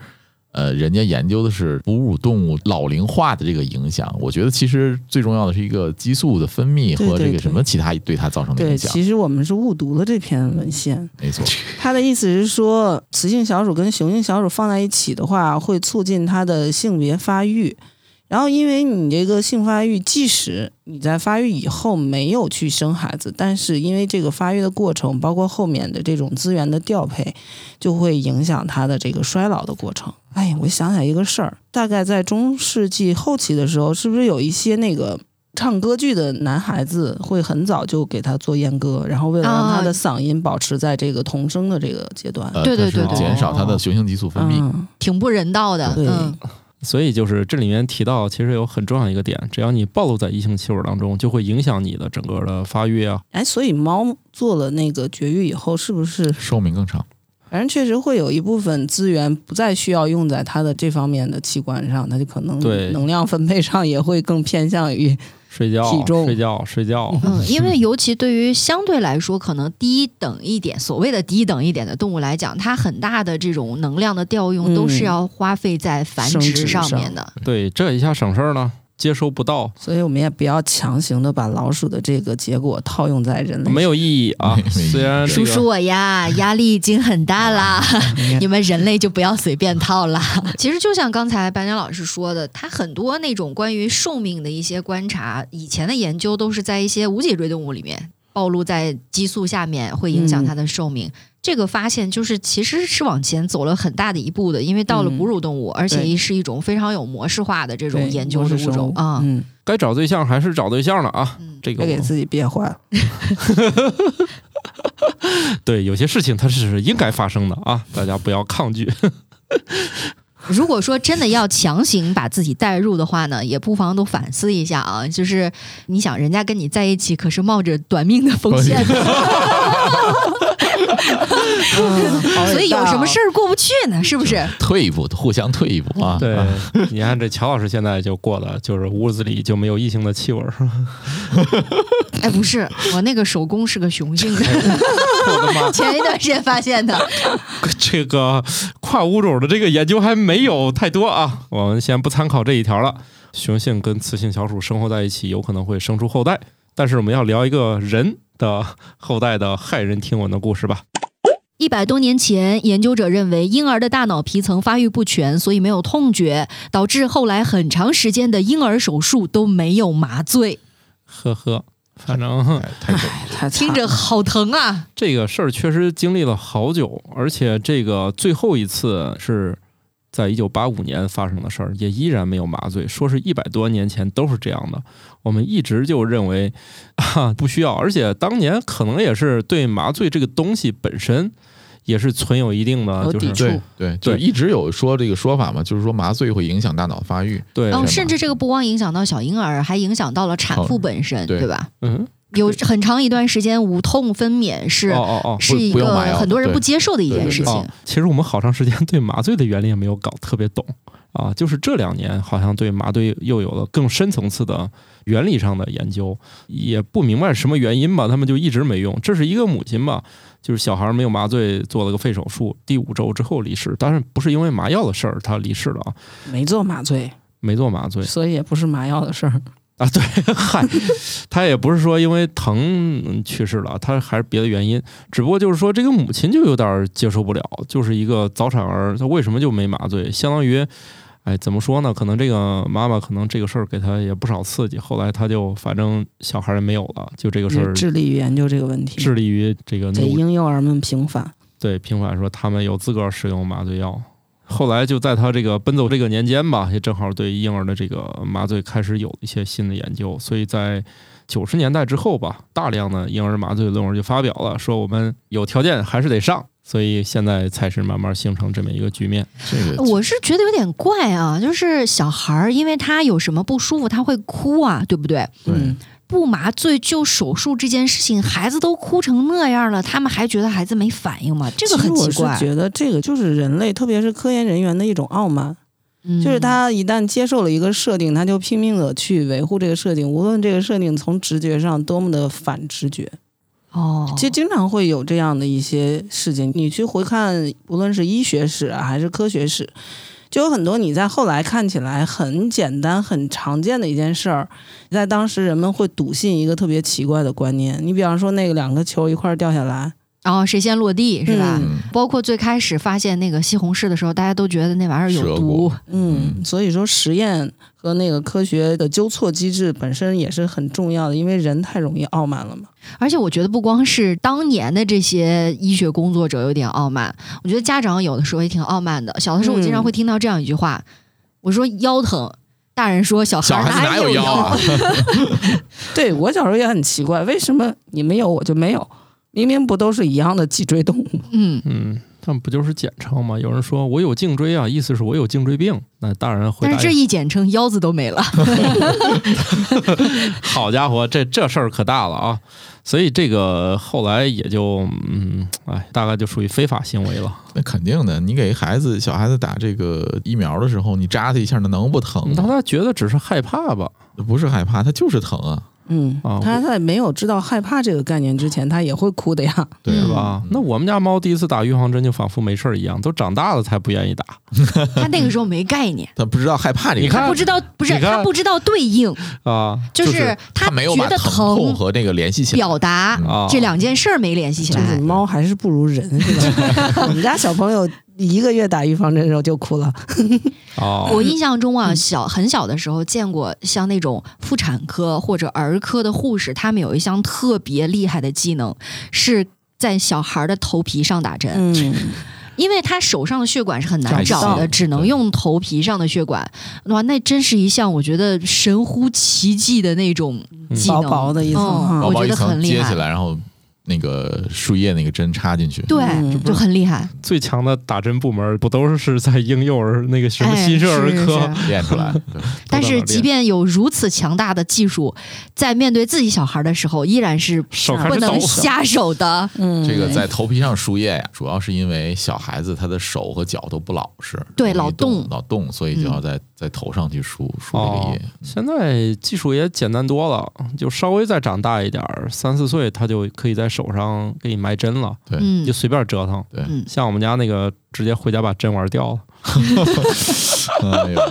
Speaker 1: 呃，人家研究的是哺乳动物老龄化的这个影响。我觉得其实最重要的是一个激素的分泌
Speaker 2: 对
Speaker 1: 和
Speaker 2: 对
Speaker 1: 这个
Speaker 2: 对
Speaker 1: 什么其他对它造成的
Speaker 2: 对，
Speaker 1: 影响。
Speaker 2: 其实我们是误读了这篇文献。
Speaker 1: 没 错，
Speaker 2: 他的意思是说，雌性小鼠跟雄性小鼠放在一起的话，会促进它的性别发育。然后，因为你这个性发育，即使你在发育以后没有去生孩子，但是因为这个发育的过程，包括后面的这种资源的调配，就会影响它的这个衰老的过程。哎，我想起来一个事儿，大概在中世纪后期的时候，是不是有一些那个唱歌剧的男孩子会很早就给他做阉割，然后为了让他的
Speaker 3: 啊
Speaker 2: 嗓音保持在这个童声的这个阶段？
Speaker 1: 呃，
Speaker 3: 对
Speaker 1: 它
Speaker 3: 对
Speaker 1: 是
Speaker 3: 对哦对
Speaker 1: 减少它的雄性激素分泌。
Speaker 2: 嗯，
Speaker 3: 挺不人道的。
Speaker 2: 对
Speaker 3: 嗯，
Speaker 4: 所以就是这里面提到，其实有很重要一个点，只要你暴露在异性气味当中，就会影响你的整个的发育啊，
Speaker 2: 哎，所以猫做了那个绝育以后，是不是
Speaker 1: 寿命更长，
Speaker 2: 反正确实会有一部分资源不再需要用在它的这方面的器官上，它就可能
Speaker 4: 对
Speaker 2: 能量分配上也会更偏向于
Speaker 4: 睡觉、
Speaker 2: 体重
Speaker 4: 睡觉、睡觉，
Speaker 3: 嗯，因为尤其对于相对来说可能低等一点，所谓的低等一点的动物来讲，它很大的这种能量的调用
Speaker 2: 嗯
Speaker 3: 都是要花费在繁
Speaker 2: 生殖
Speaker 3: 殖上
Speaker 2: 上
Speaker 3: 面的。
Speaker 4: 对，这一下省事儿了，接收不到，
Speaker 2: 所以我们也不要强行的把老鼠的这个结果套用在人类。
Speaker 4: 没有意义啊
Speaker 1: 没。没意义
Speaker 4: 虽然这
Speaker 3: 叔
Speaker 4: 个
Speaker 3: 叔我呀，压力已经很大啦，你们人类就不要随便套 啦。其实就像刚才白鸟老师说的，他很多那种关于寿命的一些观察，以前的研究都是在一些无脊椎动物里面暴露在激素下面会影响它嗯的寿命。这个发现就是其实是往前走了很大的一步的，因为到了
Speaker 2: 嗯
Speaker 3: 哺乳动物，而且
Speaker 2: 对
Speaker 3: 是一种非常有模式化的这
Speaker 2: 对
Speaker 3: 种研究
Speaker 2: 模
Speaker 3: 的
Speaker 2: 式
Speaker 3: 物
Speaker 2: 生
Speaker 3: 种
Speaker 2: 物
Speaker 3: 啊。
Speaker 2: 嗯，
Speaker 4: 该找对象还是找对象了啊。
Speaker 3: 嗯
Speaker 4: 这个
Speaker 2: 别给
Speaker 4: 我
Speaker 2: 自己憋坏 了。
Speaker 4: 对有些事情它是应该发生的啊，大家不要抗拒。
Speaker 3: 如果说真的要强行把自己带入的话呢，也不妨都反思一下啊。就是你想，人家跟你在一起，可是冒着短命的风险，
Speaker 2: 嗯好伟
Speaker 3: 啊所以有
Speaker 2: 大
Speaker 3: 什么事儿过不去呢？是不是？
Speaker 1: 退一步，互相退一步 啊。
Speaker 4: 对， 你看这乔老师现在就过的就是屋子里就没有异性的气味儿，
Speaker 3: 哎，不是，我那个手工是个雄 性的，
Speaker 4: 我的妈！
Speaker 3: 前一段时间发现的。
Speaker 4: 这个跨物种的这个研究还没有太多啊，我们先不参考这一条了。雄性跟雌性小鼠生活在一起，有可能会生出后代，但是我们要聊一个人的后代的骇人听闻的故事吧。
Speaker 3: 一百多年前，研究者认为婴儿的大脑皮层发育不全，所以没有痛觉，导致后来很长时间的婴儿手术都没有麻醉。
Speaker 4: 呵呵，反正
Speaker 1: 哎太可
Speaker 2: 太惨
Speaker 3: 听着好疼 啊！
Speaker 4: 这个事儿确实经历了好久，而且这个最后一次是在一九八五年发生的事儿，也依然没有麻醉，说是一百多年前都是这样的。我们一直就认为 啊不需要，而且当年可能也是对麻醉这个东西本身也是存有一定的
Speaker 2: 有
Speaker 4: 就
Speaker 2: 抵
Speaker 4: 是
Speaker 2: 触
Speaker 1: 对对，就
Speaker 4: 对
Speaker 1: 一直有说这个说法嘛，就是说麻醉会影响大脑发育。
Speaker 4: 对
Speaker 2: 哦
Speaker 3: 然
Speaker 1: 是
Speaker 3: 后
Speaker 1: 吗
Speaker 3: 哦甚至这个不光影响到小婴儿，还影响到了产妇本身，
Speaker 1: 对
Speaker 3: 对吧？
Speaker 4: 嗯
Speaker 3: 有很长一段时间无痛分娩是、
Speaker 4: 哦哦哦。
Speaker 3: 是一
Speaker 1: 不用
Speaker 3: 个
Speaker 1: 麻药
Speaker 3: 很多人不接受的一
Speaker 1: 对
Speaker 3: 件
Speaker 1: 对啊
Speaker 3: 事情。
Speaker 4: 哦，其实我们好长时间对麻醉的原理也没有搞特别懂啊，就是这两年好像对麻醉又有了更深层次的原理上的研究，也不明白什么原因吧，他们就一直没用。这是一个母亲吧，就是小孩没有麻醉做了个肺手术，第五周之后离世，当然不是因为麻药的事儿她离世了啊，
Speaker 2: 没做麻醉，
Speaker 4: 没做麻醉
Speaker 2: 所以也不是麻药的事儿。
Speaker 4: 啊，对， 嗨，她也不是说因为疼嗯去世了，她还是别的原因，只不过就是说这个母亲就有点儿接受不了，就是一个早产儿，她为什么就没麻醉？相当于，哎，怎么说呢？可能这个妈妈可能这个事儿给她也不少刺激，后来她就反正小孩儿也没有了，就这个事
Speaker 2: 也
Speaker 4: 儿
Speaker 2: 致力于研究这个问题，
Speaker 4: 致力于这个
Speaker 2: 给
Speaker 4: 努
Speaker 2: 婴幼儿们平反。
Speaker 4: 对平反说他们有资格使用麻醉药。后来就在他这个奔走这个年间吧，也正好对婴儿的这个麻醉开始有一些新的研究，所以在九十年代之后吧，大量的婴儿麻醉论文就发表了，说我们有条件还是得上，所以现在才是慢慢形成这么一个局面。
Speaker 1: 这个
Speaker 3: 我是觉得有点怪啊，就是小孩儿，因为他有什么不舒服，他会哭啊，对不对？
Speaker 1: 对
Speaker 2: 嗯，
Speaker 3: 不麻醉就手术这件事情，孩子都哭成那样了，他们还觉得孩子没反应吗？这个很奇
Speaker 2: 其实我是
Speaker 3: 怪。
Speaker 2: 觉得这个就是人类，特别是科研人员的一种傲慢。
Speaker 3: 嗯
Speaker 2: 就是他一旦接受了一个设定，他就拼命的去维护这个设定，无论这个设定从直觉上多么的反直觉。
Speaker 3: 哦，
Speaker 2: 其实经常会有这样的一些事情，你去回看，无论是医学史啊，还是科学史，就有很多你在后来看起来很简单、很常见的一件事儿，在当时人们会笃信一个特别奇怪的观念。你比方说那个两个球一块儿掉下来，
Speaker 3: 然后哦谁先落地是吧？
Speaker 1: 嗯
Speaker 3: 包括最开始发现那个西红柿的时候，大家都觉得那玩意儿
Speaker 1: 蛇
Speaker 3: 有
Speaker 1: 骨
Speaker 3: 毒，
Speaker 2: 嗯，所以说实验和那个科学的纠错机制本身也是很重要的，因为人太容易傲慢了嘛。
Speaker 3: 而且我觉得不光是当年的这些医学工作者有点傲慢，我觉得家长有的时候也挺傲慢的。小的时候我经常会听到这样一句话，我说腰疼，大人说小孩
Speaker 1: 小
Speaker 3: 儿
Speaker 1: 孩子哪
Speaker 3: 有
Speaker 1: 腰啊？？
Speaker 2: 对我小时候也很奇怪，为什么你们有我就没有？明明不都是一样的脊椎动物吗？
Speaker 3: 嗯，
Speaker 4: 嗯，他们不就是简称吗？有人说我有颈椎啊，意思是我有颈椎病，那大人回
Speaker 3: 但
Speaker 4: 答
Speaker 3: 是这一简称腰子都 没了。
Speaker 4: 好家伙，这这事儿可大了啊！所以这个后来也就嗯，哎，大概就属于非法行为了。
Speaker 1: 那肯定的，你给孩子小孩子打这个疫苗的时候，你扎他一下，那能不疼
Speaker 4: 但
Speaker 1: 吗？
Speaker 4: 他觉得只是害怕吧？
Speaker 1: 不是害怕，他就是疼啊，
Speaker 2: 嗯，
Speaker 4: 啊
Speaker 2: 他
Speaker 4: 我
Speaker 2: 在没有知道害怕这个概念之前，他也会哭的呀。
Speaker 1: 对
Speaker 4: 是
Speaker 1: 啊
Speaker 3: 嗯
Speaker 4: 吧？那我们家猫第一次打预防针就仿佛没事儿一样，都长大了才不愿意打。
Speaker 3: 他那个时候没概念，
Speaker 1: 他不知道害怕这
Speaker 4: 你
Speaker 1: 个，
Speaker 4: 看
Speaker 3: 他不知道不是
Speaker 4: 你看
Speaker 3: 他不知道对应，
Speaker 4: 啊，
Speaker 3: 就是
Speaker 1: 他没有
Speaker 3: 觉
Speaker 1: 把
Speaker 3: 得
Speaker 1: 疼痛
Speaker 3: 疼
Speaker 1: 和这个联系起来。
Speaker 3: 表达
Speaker 1: 嗯
Speaker 4: 啊，
Speaker 3: 这两件事儿没联系起
Speaker 2: 就是
Speaker 3: 来。
Speaker 2: 猫还是不如人，是 吧？我们家小朋友一个月打预防针的时候就哭了，
Speaker 4: 哦，
Speaker 3: 我印象中啊，小很小的时候见过像那种妇产科或者儿科的护士，他们有一项特别厉害的技能，是在小孩儿的头皮上打针，
Speaker 2: 嗯，
Speaker 3: 因为他手上的血管是很难
Speaker 1: 找
Speaker 3: 找
Speaker 1: 不到
Speaker 3: 的，只能用头皮上的血管。哇，那真是一项我觉得神乎其技的那种技能，
Speaker 2: 薄薄的一层
Speaker 3: 嗯
Speaker 2: 哈
Speaker 1: 薄
Speaker 3: 我
Speaker 1: 薄
Speaker 3: 觉
Speaker 1: 一
Speaker 3: 得
Speaker 2: 哦
Speaker 1: 层
Speaker 3: 很厉
Speaker 1: 接起
Speaker 3: 害。
Speaker 1: 来，然后那个树叶那个针插进去。
Speaker 4: 嗯
Speaker 3: 对，就很厉害，
Speaker 4: 最强的打针部门不都是在婴幼儿那个什么
Speaker 3: 哎
Speaker 4: 新生儿
Speaker 3: 是
Speaker 4: 科？
Speaker 3: 是
Speaker 1: 练出 来，对
Speaker 3: 但是，即便有如此强大的技术，在面对自己小孩的时候，依然是
Speaker 4: 手开
Speaker 3: 不
Speaker 4: 始抖
Speaker 3: 能，下手的。
Speaker 2: 嗯，
Speaker 1: 这个在头皮上输液呀，主要是因为小孩子他的手和脚都不老实，
Speaker 3: 对
Speaker 1: 容易
Speaker 3: 老嗯动
Speaker 1: 老动，所以就要在在头上去输输这个
Speaker 4: 哦
Speaker 1: 液。，
Speaker 4: 现在技术也简单多了，就稍微再长大一点儿，三四岁他就可以在手上给你埋针了，
Speaker 1: 对
Speaker 3: 嗯
Speaker 4: 你就，随便折腾。
Speaker 1: 对
Speaker 3: 嗯
Speaker 4: 像我们家那个直接回家把针玩掉了。
Speaker 1: 哎呦，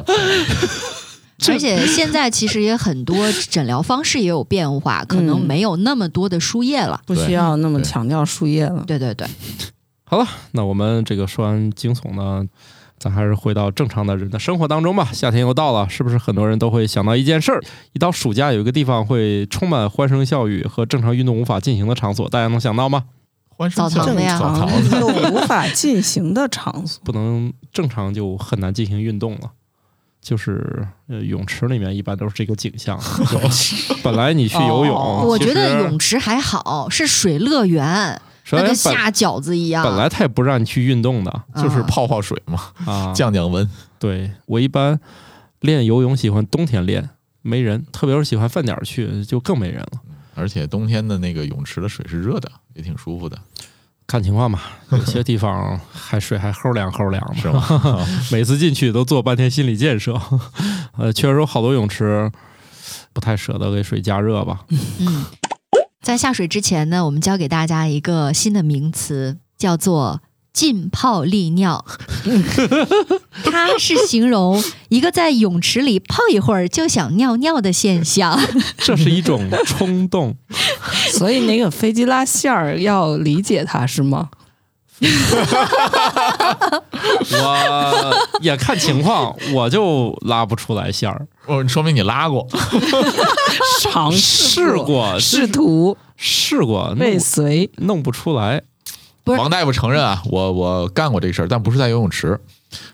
Speaker 3: 而 且现在其实也很多诊疗方式也有变化，可能没有那么多的输液了。
Speaker 2: 不需要那么强调树叶了。
Speaker 3: 对对对，
Speaker 4: 那我们这个说完惊悚呢，咱还是回到正常的人的生活当中吧。夏天又到了，是不是很多人都会想到一件事儿？一到暑假，有一个地方会充满欢声笑语和正常运动无法进行的场所，大家能想到吗？
Speaker 1: 欢声
Speaker 3: 澡堂
Speaker 1: 笑
Speaker 3: 子
Speaker 1: 语
Speaker 3: 呀
Speaker 1: 澡堂子
Speaker 2: 啊又无法进行的场所，
Speaker 4: 不能正常就很难进行运动了。就是呃，泳池里面一般都是这个景象。就是本来你去游泳，
Speaker 2: 哦
Speaker 3: 我
Speaker 4: 其
Speaker 3: 觉得
Speaker 4: 实
Speaker 3: 泳池还好，是水乐园，
Speaker 4: 首
Speaker 3: 那
Speaker 4: 先
Speaker 3: 跟
Speaker 4: 本
Speaker 3: 下饺子一样。
Speaker 4: 本来他也不让你去运动的
Speaker 1: 就是
Speaker 3: 啊
Speaker 1: 泡泡水嘛，
Speaker 4: 啊。
Speaker 1: 降降温。
Speaker 4: 对我一般练游泳喜欢冬天练，没人；特别是喜欢饭点儿去，就更没人了。
Speaker 1: 而且冬天的那个泳池的水是热的，也挺舒服的，
Speaker 4: 看情况吧，有些地方还水还齁凉齁凉的，
Speaker 1: 是吗？
Speaker 4: 每次进去都做半天心理建设。 呃，确实有好多泳池不太舍得给水加热吧。
Speaker 3: 嗯，在下水之前呢，我们教给大家一个新的名词，叫做“浸泡利尿”。 它是形容一个在泳池里泡一会儿就想尿尿的现象。
Speaker 4: 这是一种冲动，
Speaker 2: 所以那个飞机拉线儿要理解它是吗？
Speaker 4: 我也看情况，我就拉不出来线儿。
Speaker 1: 哦，说明你拉过，
Speaker 2: 尝
Speaker 4: 试过，
Speaker 2: 试嗯
Speaker 4: 试
Speaker 2: 图
Speaker 4: 试过，弄
Speaker 2: 未遂，
Speaker 4: 弄不出来。
Speaker 3: 不是
Speaker 1: 王大夫承认啊，我我干过这事儿，但不是在游泳池，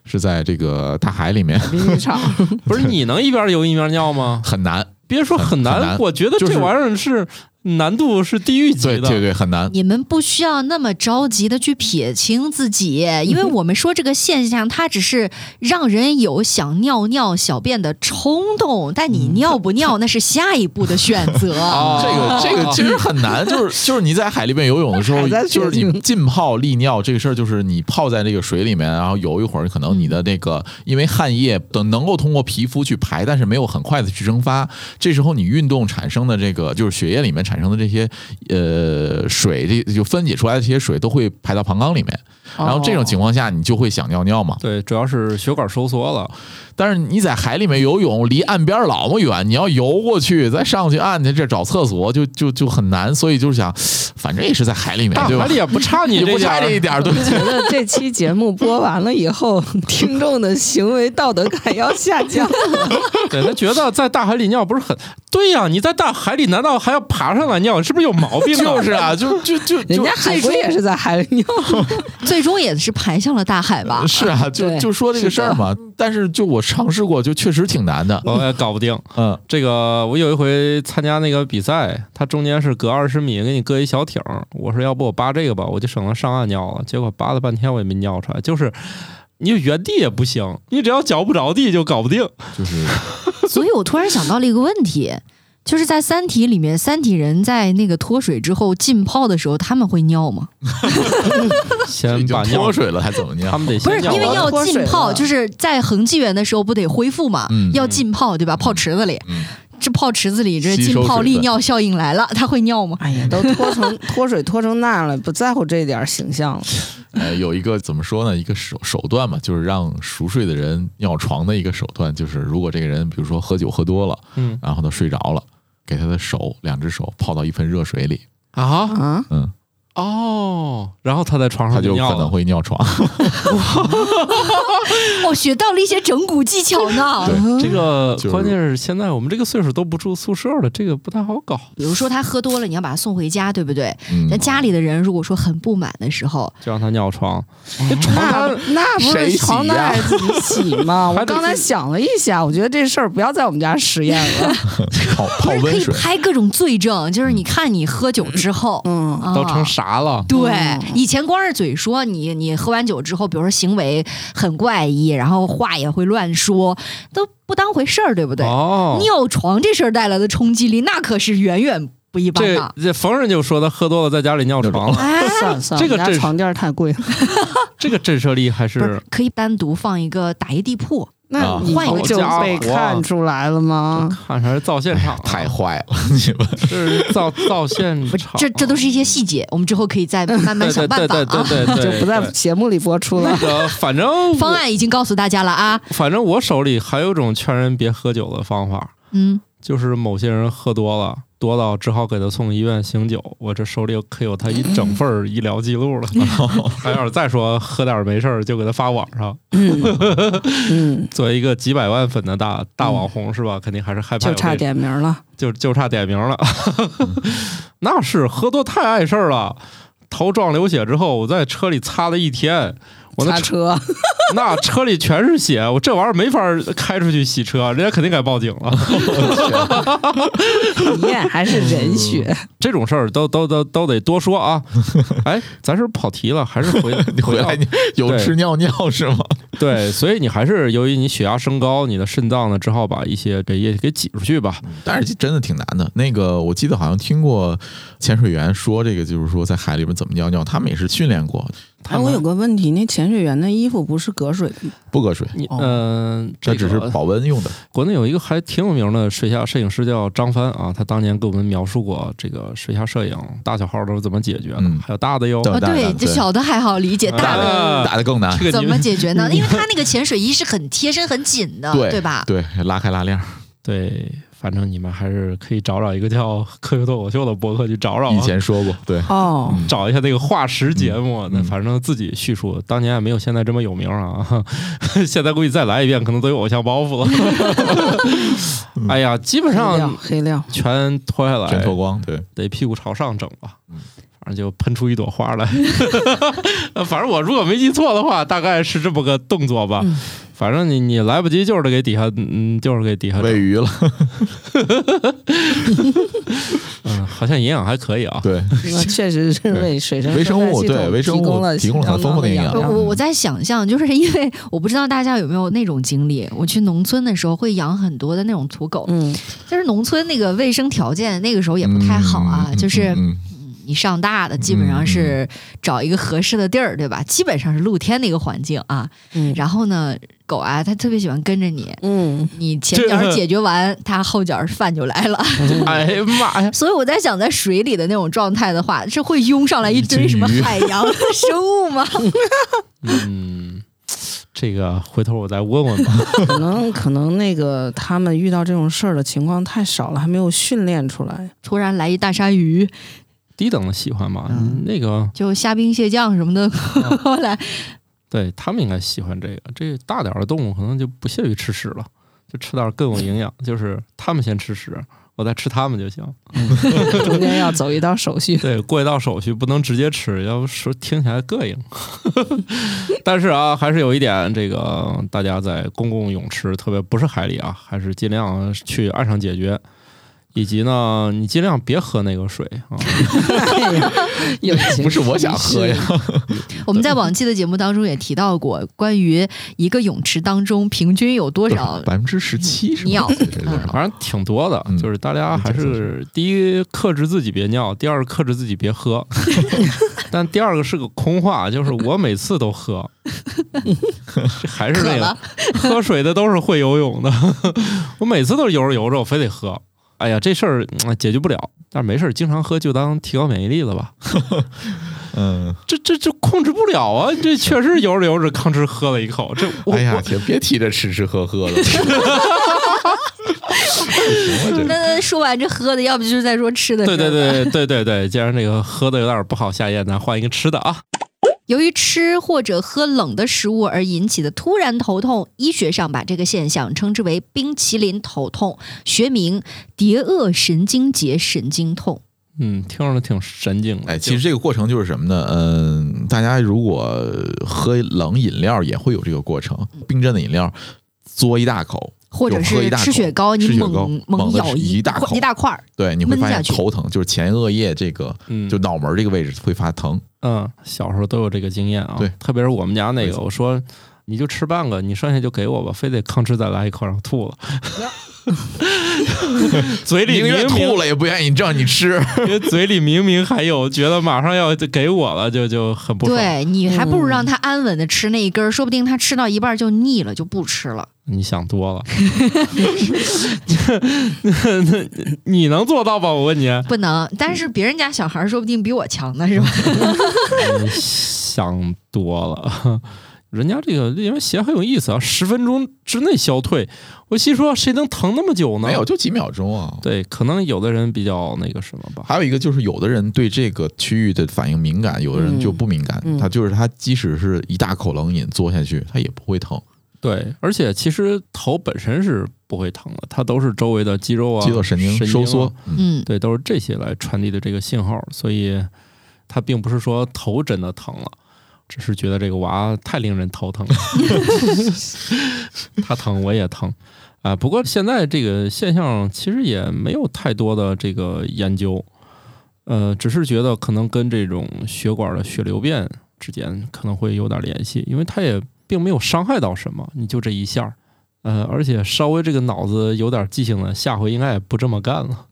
Speaker 1: 是在这个大海里面，
Speaker 2: 淋浴场
Speaker 4: 不是你能一边游一边尿吗？
Speaker 1: 很难。
Speaker 4: 别说很难，
Speaker 1: 很难
Speaker 4: 我觉得
Speaker 1: 就是
Speaker 4: 这玩意儿是难度是地狱级
Speaker 1: 对
Speaker 4: 的。
Speaker 1: 对对，很难。
Speaker 3: 你们不需要那么着急的去撇清自己，
Speaker 1: 嗯
Speaker 3: 因为我们说这个现象，它只是让人有想尿尿、小便的冲动，但你尿不尿那是下一步的选 择。
Speaker 4: 哦
Speaker 1: 嗯这个这个其实很难，就是就是你在海里面游泳的时候
Speaker 2: 还，在
Speaker 1: 就是
Speaker 2: 学
Speaker 1: 你
Speaker 2: 习
Speaker 1: 浸泡利尿这个事儿，就是你泡在这个水里面，然后游一会儿，可能你的那个因为汗液等能够通过皮肤去排，但是没有很快的去蒸发，这时候你运动产生的这个就是血液里面产生的这些呃水，这就分解出来的这些水都会排到膀胱里面，然后这种情况下你就会想尿尿嘛。
Speaker 4: 对主要是血管收缩了。
Speaker 1: 但是你在海里面游泳，离岸边老么远，你要游过去再上去岸去这找厕所，就就就很难。所以就是想，反正也是在海里面
Speaker 4: 大，
Speaker 1: 对吧
Speaker 4: 海里？也不差你
Speaker 1: 也不
Speaker 4: 这点
Speaker 1: 差这一
Speaker 4: 儿。
Speaker 1: 点儿，对。
Speaker 2: 觉得这期节目播完了以后， 听众的行为道德感要下 降。
Speaker 4: 对他觉得在大海里尿不是很对呀、你在大海里难道还要爬上来尿？你是不是有毛病啊？
Speaker 1: 就是啊，就就就
Speaker 2: 人
Speaker 1: 就
Speaker 2: 家海龟也是在海里尿，
Speaker 3: 最终也是排向了大 海吧？
Speaker 1: 是啊，就
Speaker 2: 对
Speaker 1: 就说这个事儿嘛。但是就我尝试过，就确实挺难的。
Speaker 4: 我也搞不定。
Speaker 1: 嗯，
Speaker 4: 这个我有一回参加那个比赛，它中间是隔二十米给你搁一小艇儿，我说要不我扒这个吧，我就省了上岸尿了。结果扒了半天我也没尿出来，就是你原地也不行，你只要脚不着地就搞 不定。
Speaker 1: 就是
Speaker 3: 所以我突然想到了一个问题，就是在《三体》里面，三体人在那个脱水之后浸泡的时候，他们会尿吗？
Speaker 1: 已
Speaker 4: 先把
Speaker 1: 经
Speaker 4: 尿
Speaker 1: 脱，水了，还怎么
Speaker 4: 他
Speaker 1: 尿？
Speaker 4: 们得
Speaker 3: 不是，
Speaker 4: 先
Speaker 3: 因为
Speaker 4: 完
Speaker 3: 要
Speaker 2: 脱水
Speaker 3: 浸泡，
Speaker 2: 了
Speaker 3: 就是在恒纪元的时候不得恢复嘛，
Speaker 1: 嗯
Speaker 3: 要浸泡对吧？泡池子里，
Speaker 1: 嗯
Speaker 3: 这泡池子里这
Speaker 1: 吸收
Speaker 3: 浸泡
Speaker 1: 水
Speaker 3: 利
Speaker 1: 分
Speaker 3: 尿效应来了，他会尿吗？
Speaker 2: 哎呀，都脱成 脱水脱成那样了，不在乎这点儿形象了。
Speaker 1: 呃，有一个怎么说呢？一个手手段嘛，就是让熟睡的人尿床的一个手段，就是如果这个人比如说喝酒喝多了，
Speaker 4: 嗯
Speaker 1: 然后呢睡着了，给他的手两只手泡到一盆热水里，
Speaker 4: 啊，
Speaker 2: 啊，
Speaker 1: 嗯，
Speaker 4: 哦，然后他在床
Speaker 1: 它
Speaker 4: 上
Speaker 1: 就
Speaker 4: 尿
Speaker 1: 可能
Speaker 4: 了，
Speaker 1: 会尿 床。
Speaker 3: 我哦学到了一些整蛊技巧呢。
Speaker 1: 嗯 对
Speaker 4: 这个
Speaker 1: 就是
Speaker 4: 关键是现在我们这个岁数都不住宿舍了，这个不太好搞。
Speaker 3: 比如说他喝多了，你要把他送回家，对不对？
Speaker 1: 嗯
Speaker 3: 那，家里的人如果说很不满的时候，
Speaker 4: 就让他尿床，
Speaker 3: 哎
Speaker 4: 床
Speaker 2: 那
Speaker 4: 单
Speaker 2: 那不
Speaker 1: 谁洗
Speaker 2: 是床
Speaker 1: 呀
Speaker 2: 单还自己洗吗？
Speaker 4: 还
Speaker 2: 我
Speaker 4: 得
Speaker 2: 刚才
Speaker 4: 自
Speaker 2: 想了一下，我觉得这事儿不要在我们家实验 了。
Speaker 1: 泡泡
Speaker 3: 不是可
Speaker 1: 温
Speaker 3: 以
Speaker 1: 水，
Speaker 3: 拍各种罪证，就是你看你喝酒之后，
Speaker 2: 嗯，
Speaker 3: 啊
Speaker 4: 都成啥了？
Speaker 3: 对
Speaker 2: 嗯，
Speaker 3: 以前光是嘴说你，你喝完酒之后，比如说行为很怪异，然后话也会乱说，都不当回事儿，对不对？
Speaker 4: 哦，
Speaker 3: 尿床这事儿带来的冲击力，那可是远远不一般
Speaker 4: 这
Speaker 3: 的。
Speaker 4: 这逢人就说他喝多了在家里尿床了，
Speaker 3: 哎，
Speaker 2: 算了算了，
Speaker 4: 这个
Speaker 2: 我们
Speaker 4: 真
Speaker 2: 家
Speaker 4: 是
Speaker 2: 床垫儿太贵了。
Speaker 4: 这个震慑力还
Speaker 3: 不是
Speaker 4: 是
Speaker 3: 可以单独放一个打一地铺，
Speaker 1: 啊
Speaker 2: 那你
Speaker 3: 换一
Speaker 2: 不
Speaker 3: 个
Speaker 2: 就
Speaker 4: 家
Speaker 2: 被
Speaker 4: 伙
Speaker 2: 看出来了吗？
Speaker 4: 看还是造现
Speaker 3: 哎
Speaker 4: 场啊，
Speaker 1: 太坏了， 你们
Speaker 4: 是造造现
Speaker 3: 不是
Speaker 4: 场，
Speaker 3: 这这都是一些细节，我们之后可以再慢 慢
Speaker 4: 对
Speaker 3: 想
Speaker 4: 对
Speaker 3: 办
Speaker 4: 对
Speaker 3: 法
Speaker 4: 对
Speaker 3: 啊。
Speaker 4: 对对对，
Speaker 2: 就不在
Speaker 4: 对
Speaker 2: 节目里播出了
Speaker 4: 那。个，反正
Speaker 3: 方案已经告诉大家了啊，
Speaker 4: 我反正我手里还有一种劝人别喝酒的方法，
Speaker 3: 嗯，
Speaker 4: 就是某些人喝多了，多到只好给他送医院醒酒。我这手里可有他一整份儿医疗记录了。他要是再说喝点儿没事儿，就给他发网上。
Speaker 2: 嗯，
Speaker 4: 作为一个几百万粉的大大网红是吧？肯定还是害怕
Speaker 2: 就
Speaker 4: 有
Speaker 2: 差
Speaker 4: 这
Speaker 2: 点名了。
Speaker 4: 就就差点名了。 那是喝多太碍事儿了，头撞流血之后，我在车里擦了一天。我那
Speaker 2: 擦 车，
Speaker 4: 那车里全是血，我这玩意儿没法儿开出去洗车，人家肯定该报警了。
Speaker 2: 体验还是
Speaker 1: 嗯
Speaker 2: 人血。
Speaker 4: 这种事儿都都都都得多 说啊！哎，咱是不是跑题了，还是回
Speaker 1: 你回
Speaker 4: 到
Speaker 1: 来你有
Speaker 4: 对
Speaker 1: 吃尿尿是吗？
Speaker 4: 对，所以你还是由于你血压升高，你的肾脏呢，只好把一些给液体给挤出去吧。
Speaker 1: 但是真的挺难的。那个我记得好像听过潜水员说这个，就是说在海里边怎么尿尿，他们也是训练过，
Speaker 4: 他
Speaker 2: 哎，我
Speaker 4: 们
Speaker 2: 有个问题，那潜水员的衣服不是隔水的吗？
Speaker 1: 不隔水，
Speaker 4: 你嗯、
Speaker 1: 哦这
Speaker 4: 这
Speaker 1: 只是
Speaker 4: 个
Speaker 1: 保温用的。
Speaker 4: 国内有一个还挺有名的水下摄影师叫张帆啊，他当年给我们描述过这个水下摄影大小号都是怎么解决的，
Speaker 1: 嗯
Speaker 4: 还有大的哟。
Speaker 1: 对
Speaker 3: 啊，
Speaker 1: 大的
Speaker 3: 对，这
Speaker 1: 对
Speaker 3: 小的还好理解，大
Speaker 4: 啊
Speaker 3: 的
Speaker 1: 打的更难。
Speaker 4: 这个
Speaker 3: 怎
Speaker 4: 你
Speaker 3: 么
Speaker 4: 们
Speaker 3: 解决呢？ 因为他那个潜水衣是很贴身、很紧的，
Speaker 1: 对
Speaker 3: 对吧？
Speaker 1: 对，拉开拉链儿。
Speaker 4: 对，反正你们还是可以找找一个叫《科学脱口秀》的博客去找找、啊。
Speaker 1: 以前说过，对，
Speaker 2: 哦，
Speaker 1: 嗯
Speaker 4: 找一下那个化石节目，那
Speaker 1: 嗯
Speaker 4: 反正自己叙述，当年也没有现在这么有名啊。 现在估计再来一遍，可能都有偶像包袱了。 哎呀，基本
Speaker 2: 黑料
Speaker 4: 上
Speaker 2: 黑 料，
Speaker 4: 全脱下
Speaker 1: 嗯全嗯脱
Speaker 4: 来，
Speaker 1: 光，对，
Speaker 4: 得屁股朝上整吧。反正就喷出一朵花来， 反正我如果没记错的话，大概是这么个动作吧。
Speaker 2: 嗯
Speaker 4: 反正你你来不及，就是给底下，嗯，就是给底下整，
Speaker 1: 喂鱼了，
Speaker 4: 嗯，好像营养还可以 啊。
Speaker 1: 对，
Speaker 2: 那确实是为水生
Speaker 1: 微生物
Speaker 2: 生态系统
Speaker 1: 对微生物
Speaker 2: 提供了
Speaker 1: 提供了很丰富的营养
Speaker 3: 我
Speaker 1: 嗯
Speaker 2: 量
Speaker 3: 我我在想象，就是因为我不知道大家有没有那种经历，我去农村的时候会养很多的那种土狗，
Speaker 2: 嗯，
Speaker 3: 但是农村那个卫生条件那个时候也不太好啊，
Speaker 1: 嗯
Speaker 3: 就是
Speaker 1: 嗯
Speaker 3: 你上大的基本
Speaker 4: 嗯
Speaker 3: 上是找一个合适的地儿，对吧？基本上是露天的一个环境啊。
Speaker 2: 嗯
Speaker 3: 然后呢，狗啊，它特别喜欢跟着你，
Speaker 2: 嗯，
Speaker 3: 你前脚解决完，它后脚饭就来 了。
Speaker 4: 哎呀妈呀！
Speaker 3: 所以我在想，在水里的那种状态的话，是会涌上来一堆什么
Speaker 1: 金鱼
Speaker 3: 海洋的生物 吗？
Speaker 4: 嗯，这个回头我再问问吧。
Speaker 2: 嗯可能可能那个他们遇到这种事儿的情况太少了，还没有训练出来。
Speaker 3: 突然来一大鲨鱼，
Speaker 4: 低等的喜欢吧，
Speaker 3: 嗯
Speaker 4: 那个
Speaker 3: 就虾兵蟹将什么 的过来，
Speaker 4: 对他们应该喜欢这个。这大点儿的动物可能就不屑于吃屎了，就吃点儿更有营养。就是他们先吃屎，我再吃他们就行。。
Speaker 2: 中间要走一道手 续
Speaker 4: 对，过一道手续不能直接吃，要不说听起来膈应。但是啊，还是有一点，这个大家在公共泳池，特别不是海里啊，还是尽量去岸上解决。以及呢，你尽量别喝那个水啊，
Speaker 2: 哎呀有
Speaker 1: 嗯，
Speaker 2: 情
Speaker 1: 不是我想喝 呀，
Speaker 3: 我们在往期的节目当中也提到过，关于一个泳池当中平均有多 少
Speaker 1: 百分之十七是吗
Speaker 3: 尿
Speaker 1: 对对对
Speaker 3: 嗯
Speaker 1: 啊
Speaker 4: 反正挺多的
Speaker 1: 嗯，
Speaker 4: 就是大家还是第一克制自己别尿，第二克制自己 别喝。但第二个是个空话，就是我每次 都喝，这还是
Speaker 3: 渴
Speaker 4: 那个
Speaker 3: 了，
Speaker 4: 喝水的都是会游泳的， 我每次都游着游着我非得喝。哎呀，这事儿嗯解决不了，但是没事儿，经常喝就当提高免疫力了吧。
Speaker 1: 嗯，
Speaker 4: 这这这控制不了啊！这确实游着游着吭哧喝了一口，这我
Speaker 1: 哎呀， 天，别提这吃吃喝喝的，
Speaker 3: 那说晚这喝的，要不就是在说吃的。
Speaker 4: 对对。对对对对，既然这个喝的有点不好下咽，咱换一个吃的啊。
Speaker 3: 由于吃或者喝冷的食物而引起的突然头痛，医学上把这个现象称之为冰淇淋头痛，学名蝶腭神经节神经痛。
Speaker 4: 嗯，听着挺神经的。
Speaker 1: 哎，其实这个过程就是什么呢？嗯，大家如果喝冷饮料也会有这个过程，
Speaker 3: 嗯
Speaker 1: 冰镇的饮料嘬一大口，
Speaker 3: 或者
Speaker 1: 就喝一
Speaker 3: 是
Speaker 1: 大口
Speaker 3: 吃雪糕，你
Speaker 1: 吃雪糕
Speaker 3: 猛猛
Speaker 1: 猛地
Speaker 3: 咬
Speaker 1: 吃一大
Speaker 3: 块
Speaker 1: 口
Speaker 3: 一大块儿，
Speaker 1: 对，你会
Speaker 3: 闷
Speaker 1: 发
Speaker 3: 下
Speaker 1: 现
Speaker 3: 去
Speaker 1: 头疼，就是前额叶这个
Speaker 4: 嗯，
Speaker 1: 就脑门儿这个位置会发疼。
Speaker 4: 嗯，小时候都有这个经验啊。
Speaker 1: 对
Speaker 4: 特别是我们家那
Speaker 1: 没
Speaker 4: 个，
Speaker 1: 错
Speaker 4: 我说你就吃半个，你剩下就给我吧，非得吭哧再来一口，然后 吐了，嘴里
Speaker 1: 宁愿
Speaker 4: 明
Speaker 1: 吐
Speaker 4: 明
Speaker 1: 了也不愿意让你吃。
Speaker 4: 因为 嘴里明明还有，觉得马上要给我了，就就很不爽。
Speaker 3: 对你还
Speaker 1: 嗯
Speaker 3: 不如让他安稳的吃那一根儿，说不定他吃到一半儿就腻了，就不吃了。
Speaker 4: 你想多了。 那那你能做到吧？我问你，
Speaker 3: 不能，但是别人家小孩儿说不定比我强呢，是吧？
Speaker 4: 你想多了。 人家这个因为鞋很有意思啊，十分钟之内消退。我心说谁能疼那么久呢？
Speaker 1: 没
Speaker 2: 嗯
Speaker 1: 有，就几秒钟啊。
Speaker 4: 对，可能有的人比较那个什么吧。
Speaker 1: 还有一个就是，有的人对这个区域的反应敏感，有的人就不敏感。
Speaker 2: 嗯嗯
Speaker 1: 他就是他，即使是一大口冷饮嘬下去，他也不会疼，
Speaker 4: 对，而且其实头本身是不会疼的，它都是周围的肌肉啊、
Speaker 1: 肌肉神经
Speaker 4: 啊
Speaker 1: 收缩，嗯，
Speaker 3: 嗯，
Speaker 4: 对，都是这些来传递的这个信号，所以他并不是说头真的疼了，只是觉得这个娃太令人头疼了， 他疼我也疼。啊，不过现在这个现象其实也没有太多的这个研究，呃，只是觉得可能跟这种血管的血流变之间可能会有点联系，因为它也并没有伤害到什么，你就这一下儿，呃，而且稍微这个脑子有点记性了，下回应该也不这么干了。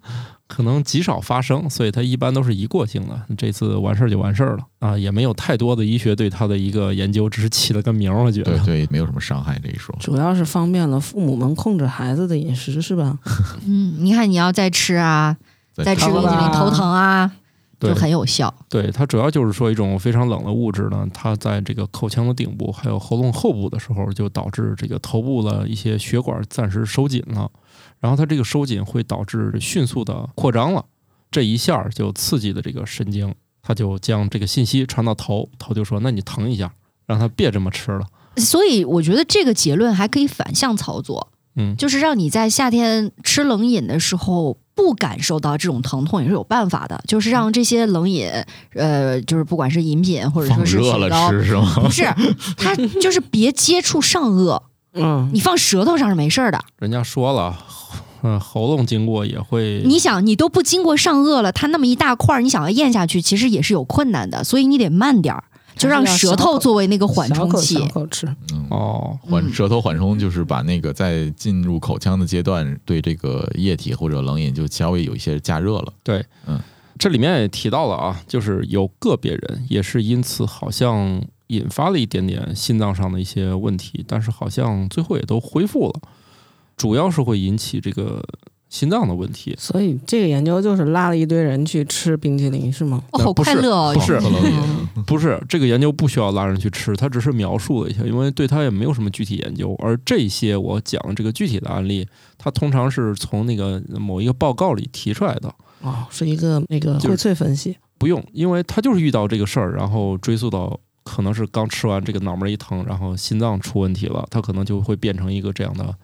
Speaker 4: 可能极少发生，所以它一般都是一过性的。这次完事儿就完事儿了啊，也没有太多的医学对它的一个研究，只是起了个名儿，我觉
Speaker 1: 对
Speaker 4: 得。
Speaker 1: 对，没有什么伤害这一说。
Speaker 2: 主要是方便了父母们控制孩子的饮食，是吧？
Speaker 3: 嗯，你看你要再吃啊，再吃
Speaker 2: 吃
Speaker 3: 冰
Speaker 2: 了
Speaker 3: 淇淋
Speaker 2: 吧
Speaker 3: 头疼啊，
Speaker 4: 对
Speaker 3: 就很有效。
Speaker 4: 对，它主要就是说一种非常冷的物质呢，它在这个口腔的顶部还有喉咙后部的时候，就导致这个头部的一些血管暂时收紧了，然后它这个收紧会导致迅速的扩张了，这一下儿就刺激了这个神经，它就将这个信息传到头，头就说：“那你疼一下，让它别这么吃了。
Speaker 3: 所以我觉得这个结论还可以反向操作，”
Speaker 4: 嗯，
Speaker 3: 就是让你在夏天吃冷饮的时候不感受到这种疼痛也是有办法的，就是让这些冷饮，呃，就是不管是饮品或者
Speaker 1: 放
Speaker 3: 说是
Speaker 1: 热
Speaker 3: 雪
Speaker 1: 了
Speaker 3: 糕，
Speaker 1: 吃是吗？
Speaker 3: 不是，它就是别接触上颚，
Speaker 2: 嗯，
Speaker 3: 你放舌头上是没事儿的。
Speaker 4: 人家说了， 嗯，喉咙经过也会，
Speaker 3: 你想，你都不经过上颚了，它那么一大块儿，你想要咽下去，其实也是有困难的，所以你得慢点儿，就让舌头作为那个缓
Speaker 2: 小
Speaker 3: 冲
Speaker 2: 口小
Speaker 3: 器。
Speaker 2: 口吃，
Speaker 1: 嗯，
Speaker 4: 哦，
Speaker 1: 缓
Speaker 3: 嗯
Speaker 1: 舌头缓冲就是把那个在进入口腔的阶段，对这个液体或者冷饮就稍微有一些加热了。
Speaker 4: 这里面也提到了啊，就是有个别人也是因此好像引发了一点点心脏上的一些问题，但是好像最后也都恢复了，主要是会引起这个心脏的问题。
Speaker 2: 所以这个研究就是拉了一堆人去吃冰淇淋，是吗？
Speaker 3: 哦，
Speaker 4: 那
Speaker 3: 好
Speaker 4: 不是
Speaker 3: 快乐哦！
Speaker 4: 不是
Speaker 1: 冷饮，
Speaker 2: 嗯
Speaker 4: 不是这个研究不需要拉人去吃，他只是描述了一下，因为对他也没有什么具体研究。而这些我讲这个具体的案例，它通常是从那个某一个报告里提出来的。
Speaker 2: 哦，是一个那个荟萃分析，
Speaker 4: 不用，因为他就是遇到这个事儿，然后追溯到可能是刚吃完这个脑门儿一疼，然后心脏出问题了，他可能就会变成一个这样的，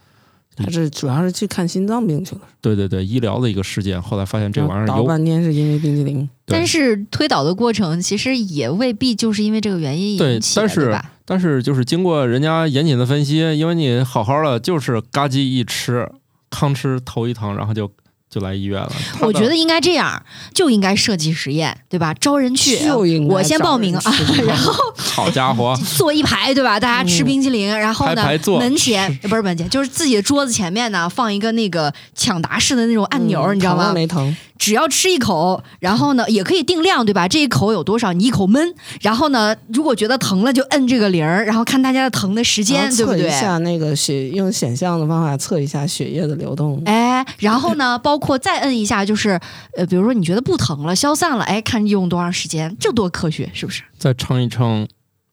Speaker 2: 他是主要是去看心脏病去了，
Speaker 4: 对对对，医疗的一个事件。后来发现这玩意
Speaker 2: 然
Speaker 4: 儿
Speaker 2: 啊后倒
Speaker 4: 有，
Speaker 2: 半天是因为冰淇淋。
Speaker 4: 对
Speaker 3: 但是推导的过程其实也未必就是因为这个原因
Speaker 4: 对
Speaker 3: 引起的，
Speaker 4: 但是
Speaker 3: 对吧？
Speaker 4: 但是就是经过人家严谨的分析，因为你好好的就是嘎叽一吃，吭哧头一疼，然后就就来医院了。他的
Speaker 3: 我觉得应该这样，就应该设计实验，对吧？招 人去，
Speaker 2: 就应该
Speaker 3: 我先报名啊
Speaker 2: 哎找人，去
Speaker 3: 然后
Speaker 4: 好家伙，
Speaker 3: 坐一排，对吧？大家吃
Speaker 2: 嗯
Speaker 3: 冰淇淋，然后
Speaker 4: 排
Speaker 3: 呢，
Speaker 4: 排坐
Speaker 3: 门前呃不是门前，就是自己的桌子前面呢，放一个那个抢答式的那种按钮，
Speaker 2: 嗯
Speaker 3: 你知道
Speaker 2: 疼
Speaker 3: 吗？
Speaker 2: 没疼？
Speaker 3: 只要吃一口，然后呢也可以定量，对吧？这一口有多少，你一口闷。然后呢，如果觉得疼了就摁这个铃儿，然后看大家的疼的时
Speaker 2: 然
Speaker 3: 间，
Speaker 2: 后
Speaker 3: 对不
Speaker 2: 测一
Speaker 3: 对？
Speaker 2: 下那个血，用显像的方法测一下血液的流动。
Speaker 4: 嗯
Speaker 3: 哎，然后呢，包括再摁一下，就是呃，比如说你觉得不疼了，消散了，哎，看用多长时间，这多科学是不是？
Speaker 4: 再称一称，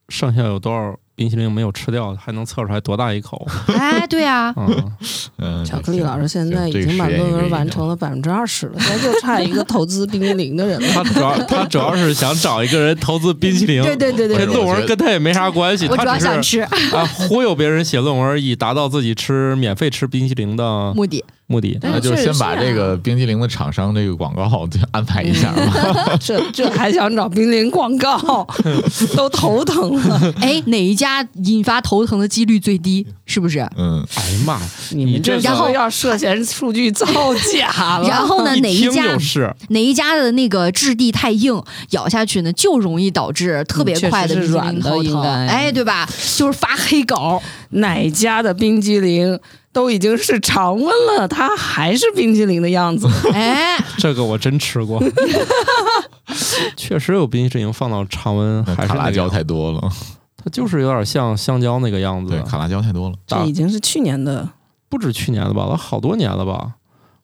Speaker 4: 剩下有多少冰淇淋没有吃掉，还能测出来多大一口？
Speaker 3: 哎，对啊，
Speaker 4: 嗯，
Speaker 1: 嗯，
Speaker 2: 巧克力老师现在已
Speaker 1: 这个
Speaker 2: 经把
Speaker 1: 实验
Speaker 2: 论
Speaker 1: 应该已
Speaker 2: 文
Speaker 1: 经
Speaker 2: 完成了百分之二十了，他就差一个投资冰激凌的人 了。
Speaker 4: 他主要他主要是想找一个人投资冰淇淋，
Speaker 2: 对对对
Speaker 4: 这
Speaker 1: 哎
Speaker 2: 对对，
Speaker 4: 论文跟他也没啥关系，
Speaker 3: 我主要
Speaker 4: 他只
Speaker 3: 想
Speaker 4: 是
Speaker 3: 吃
Speaker 4: 啊忽悠别人写论文，以达到自己吃免费吃冰淇淋的
Speaker 3: 目的。
Speaker 4: 目的。
Speaker 2: 对
Speaker 1: 那就是
Speaker 2: 确实
Speaker 1: 先把
Speaker 2: 是
Speaker 1: 这
Speaker 2: 啊
Speaker 1: 个冰激凌的厂商这个广告 就安排一下吧。
Speaker 2: 这这还想找冰激凌广告，都头疼了。
Speaker 3: 哎，哪一家引发头疼的几率最低？是不是？
Speaker 1: 嗯，
Speaker 4: 哎呀妈呀！
Speaker 2: 你
Speaker 4: 你
Speaker 2: 们
Speaker 4: 这
Speaker 2: 这
Speaker 4: 个
Speaker 2: 是要涉嫌数据造假了。
Speaker 3: 然后呢，哪
Speaker 4: 啊一
Speaker 3: 一
Speaker 4: 听
Speaker 3: 家
Speaker 4: 就是
Speaker 3: 哪一家的那个质地太硬，咬下去呢就容易导致特别
Speaker 2: 嗯确实
Speaker 3: 快的
Speaker 2: 是
Speaker 3: 冰激
Speaker 2: 软
Speaker 3: 凌
Speaker 2: 的
Speaker 3: 头
Speaker 2: 应
Speaker 3: 疼，
Speaker 2: 该
Speaker 3: 哎，对吧？就是发黑稿，
Speaker 2: 哪家的冰激凌都已经是常温了，它还是冰激凌的样子。
Speaker 3: 哎，
Speaker 4: 这个我真 吃过，确实有冰淇淋放到常温
Speaker 1: 那
Speaker 4: 还是
Speaker 1: 卡
Speaker 4: 那
Speaker 1: 拉
Speaker 4: 个
Speaker 1: 椒
Speaker 4: 样子，
Speaker 1: 太多了，
Speaker 4: 它就是有点像香蕉那个样子
Speaker 1: 对，。卡拉椒太多了。
Speaker 4: 大
Speaker 2: 这已经是去年的，
Speaker 4: 不止去年了吧，都好多年了吧。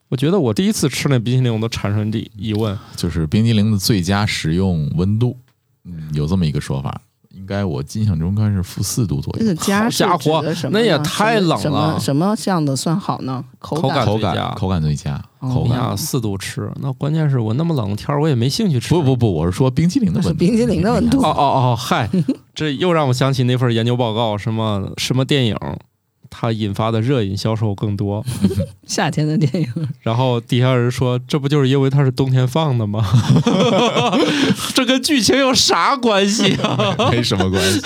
Speaker 4: 我觉得我第一次吃那冰淇淋，我都产生这疑问。
Speaker 1: 就是冰激凌的最佳食用温度，嗯，有这么一个说法，应该我印象中应该是负四度左
Speaker 2: 这
Speaker 4: 嗯
Speaker 1: 右
Speaker 2: 个。家是
Speaker 4: 好家伙
Speaker 2: 指的什么
Speaker 4: 那
Speaker 2: 呢
Speaker 4: 也太冷了
Speaker 2: 什么什么样的算好呢？口
Speaker 4: 口感
Speaker 1: 口
Speaker 4: 最佳
Speaker 1: 感口感最佳，
Speaker 2: 哦
Speaker 1: 口
Speaker 4: 你
Speaker 1: 感
Speaker 4: 想哎四度吃，那关键是我那么冷的天儿，我也没兴趣吃。
Speaker 1: 不不不，我是说冰激凌的
Speaker 2: 那是
Speaker 1: 温度，
Speaker 2: 冰激凌的温度
Speaker 4: 哦哦哦， 嗨，这又让我想起那份研究报告，什么什么电影，它引发的热饮销售更多。
Speaker 2: 夏天的电影，
Speaker 4: 然后底下人说，这不就是因为它是冬天放的 吗？这跟剧情有啥关系啊？
Speaker 1: 没什么关系。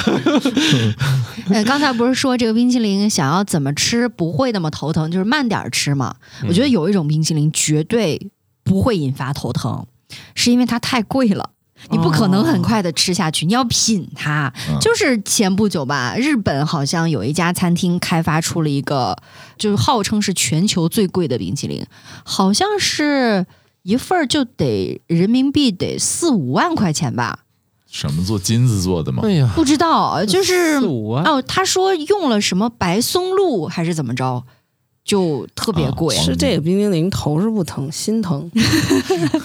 Speaker 3: 呃，刚才不是说这个冰淇淋想要怎么吃不会那么头疼，就是慢点儿吃嘛。我觉得
Speaker 4: 嗯
Speaker 3: 有一种冰淇淋绝对不会引发头疼，是因为它太贵了。你不可能
Speaker 4: 哦
Speaker 3: 很快的吃下去，你要品它。
Speaker 1: 嗯
Speaker 3: 就是前不久吧，日本好像有一家餐厅开发出了一个，就是号称是全球最贵的冰淇淋，好像是一份儿就得人民币得四五万块钱吧，
Speaker 1: 什么做金子做的吗
Speaker 4: 哎？呀，
Speaker 3: 不知道，就是
Speaker 4: 四五
Speaker 1: 啊
Speaker 4: 万，
Speaker 3: 哦，他说用了什么白松露还是怎么着，就特别贵。
Speaker 1: 啊
Speaker 2: 吃这个冰激凌头是不疼，心疼。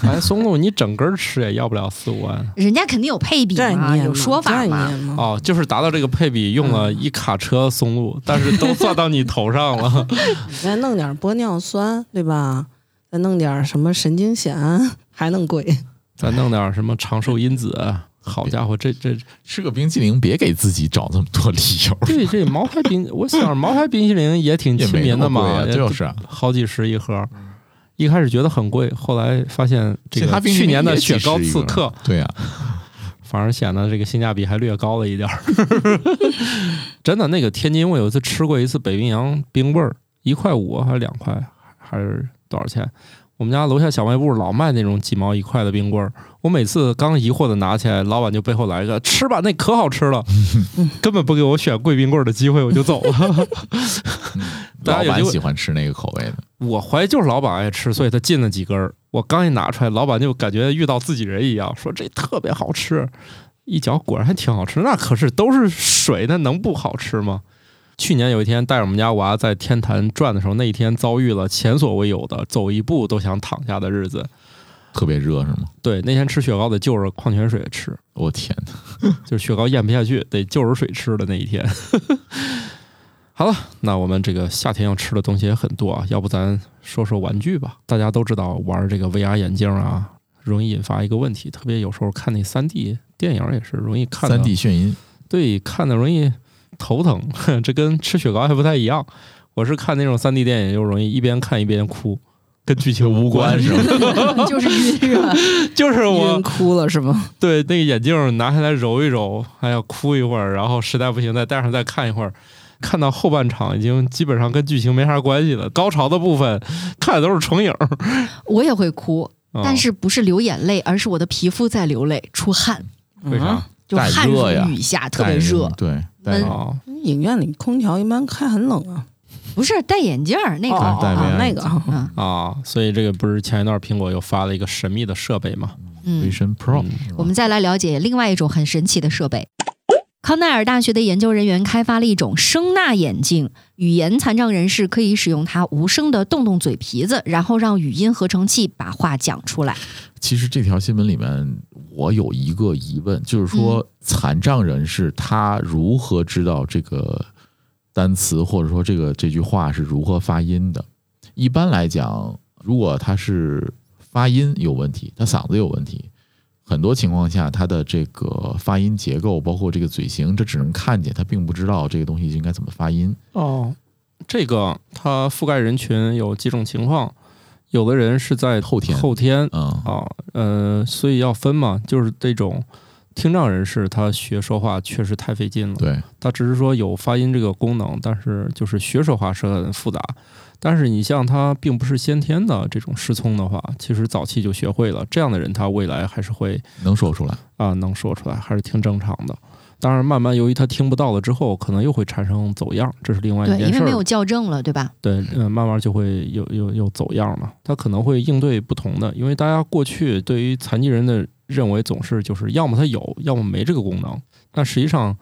Speaker 4: 白哎松露你整根儿吃也要不了四五万。
Speaker 3: 人家肯定有配比
Speaker 2: 概
Speaker 3: 嘛，
Speaker 2: 念
Speaker 3: 有
Speaker 2: 嘛
Speaker 3: 说法
Speaker 2: 概
Speaker 3: 嘛。
Speaker 2: 念嘛。
Speaker 4: 哦，就是达到这个配比用
Speaker 3: 嗯
Speaker 4: 了一卡车松露，但是都算到你头 上了。
Speaker 2: 你再弄点玻尿酸，对吧？再弄点什么神经酰，还能贵。
Speaker 4: 再弄点什么长寿因子，好家伙，这这
Speaker 1: 吃个冰激凌，别给自己找这么多理由，
Speaker 4: 对这茅台冰，我想毛牌冰淇淋也挺
Speaker 1: 也
Speaker 4: 亲
Speaker 1: 没那
Speaker 4: 民的
Speaker 1: 么贵
Speaker 4: 嘛，
Speaker 1: 啊，
Speaker 4: 也
Speaker 1: 就是啊。
Speaker 4: 好几十一盒。一开始觉得很贵，后来发现这
Speaker 1: 其
Speaker 4: 个
Speaker 1: 他冰淇
Speaker 4: 去
Speaker 1: 淋
Speaker 4: 年的
Speaker 1: 也
Speaker 4: 雪
Speaker 1: 几
Speaker 4: 糕
Speaker 1: 十一
Speaker 4: 刺
Speaker 1: 个
Speaker 4: 客，
Speaker 1: 对啊呀，
Speaker 4: 反而显得这个性价比还略高了一 点儿。 真的，那个天津我有一次吃过一次北冰洋冰棍儿，一块五还是两块，还是多少钱？我们家楼下小卖部老卖那种几毛一块的冰棍儿，我每次刚疑惑的拿起来，老板就背后来一个吃吧，那可好吃 了，根本不给我选贵冰棍儿的机会，我就走了。大家
Speaker 1: 老
Speaker 4: 有机
Speaker 1: 板
Speaker 4: 会
Speaker 1: 喜欢吃那个口味的，
Speaker 4: 我怀疑就是老板爱吃，所以他进了几根儿。我刚一拿出来，老板就感觉遇到自己人一样，说这特别好吃。一嚼果然还挺好吃，那可是都是水，那能不好吃吗？ 去年有一天带着我们家娃在天坛转的时候，那一天遭遇了前所未有的走一步都想躺下的日子。
Speaker 1: 特别热是吗？
Speaker 4: 对，那天吃雪糕得就着矿泉水吃，
Speaker 1: 我天哪，
Speaker 4: 就是雪糕咽不下去，得就着水吃的那一天。 好了，那我们这个夏天要吃的东西也很多啊，要不咱说说玩具吧？大家都知道玩这个 VR 眼镜啊，容易引发一个问题，特别有时候看那 3D 电影也是容易看
Speaker 1: 三
Speaker 4: 得
Speaker 1: D 眩晕，
Speaker 4: 对，看的容易头疼， 这跟吃雪糕还不太一样。我是看那种 3D 电影，就容易一边看一边哭，跟剧情无关，
Speaker 1: 是吗？
Speaker 3: 就是晕 热，
Speaker 4: 就是我
Speaker 2: 晕哭了是吗？
Speaker 4: 对，那个眼镜儿拿下来揉一揉，哎呀，哭一会儿，然后实在不行再戴上再看一会儿。看到后半场已经基本上跟剧情没啥关系了，高潮的部分看的都是重影儿。
Speaker 3: 我也会哭，
Speaker 1: 哦
Speaker 4: 嗯
Speaker 3: 但是不是流眼泪，而是我的皮肤在流泪，出汗，
Speaker 4: 为啥？
Speaker 2: 嗯
Speaker 3: 就
Speaker 1: 带
Speaker 3: 汗如
Speaker 1: 热呀
Speaker 3: 雨下，特别
Speaker 1: 戴着
Speaker 3: 热。
Speaker 1: 对，戴
Speaker 3: 闷
Speaker 1: 着
Speaker 4: 哦，
Speaker 2: 嗯？影院里空调一般开很冷啊。
Speaker 3: 不是戴眼镜儿那个，
Speaker 2: 哦
Speaker 1: 戴戴
Speaker 2: 哦
Speaker 1: 面
Speaker 2: 那个啊
Speaker 3: 嗯
Speaker 4: 啊，所以这个不是前一段苹果又发了一个神秘的设备嘛？
Speaker 3: 嗯，
Speaker 1: Vision Pro，
Speaker 4: 嗯
Speaker 1: 是吧
Speaker 3: 我们再来了解另外一种很神奇的设备。康奈尔大学的研究人员开发了一种声纳眼镜，语言残障人士可以使用它无声的动动嘴皮子，然后让语音合成器把话讲出来。
Speaker 1: 其实这条新闻里面，我有一个疑问，就是
Speaker 3: 嗯
Speaker 1: 说残障人士他如何知道这个单词或者说这个这句话是如何发音的？一般来讲，如果他是发音有问题，他嗓子有问题，很多情况下他的这个发音结构，包括这个嘴型，这只能看见，他并不知道这个东西应该怎么发音。
Speaker 4: 哦，这个它覆盖人群有几种情况，有的人是在
Speaker 1: 后天
Speaker 4: 后天
Speaker 1: 嗯，
Speaker 4: 啊，呃，所以要分嘛，就是这种听障人士他学说话确实太费劲了，
Speaker 1: 对，
Speaker 4: 他只是说有发音这个功能，但是就是学说话是很复杂。但是你像他并不是先天的这种失聪的话，其实早期就学会了，这样的人他未来还是会
Speaker 1: 能说出来。
Speaker 4: 啊、能说出来，还是挺正常的。当然，慢慢由于他听不到了之后，可能又会产生走样，这是另外一
Speaker 3: 对，
Speaker 4: 件
Speaker 3: 因为
Speaker 4: 事
Speaker 3: 没
Speaker 4: 儿
Speaker 3: 有
Speaker 4: 了。
Speaker 3: 校正了，对吧？
Speaker 4: 对，嗯、慢慢就会有有有走样嘛。他可能会应对不同的，因为大家过去对于残疾人的认为总是就是要么他有，要么没这个功能。那实际上，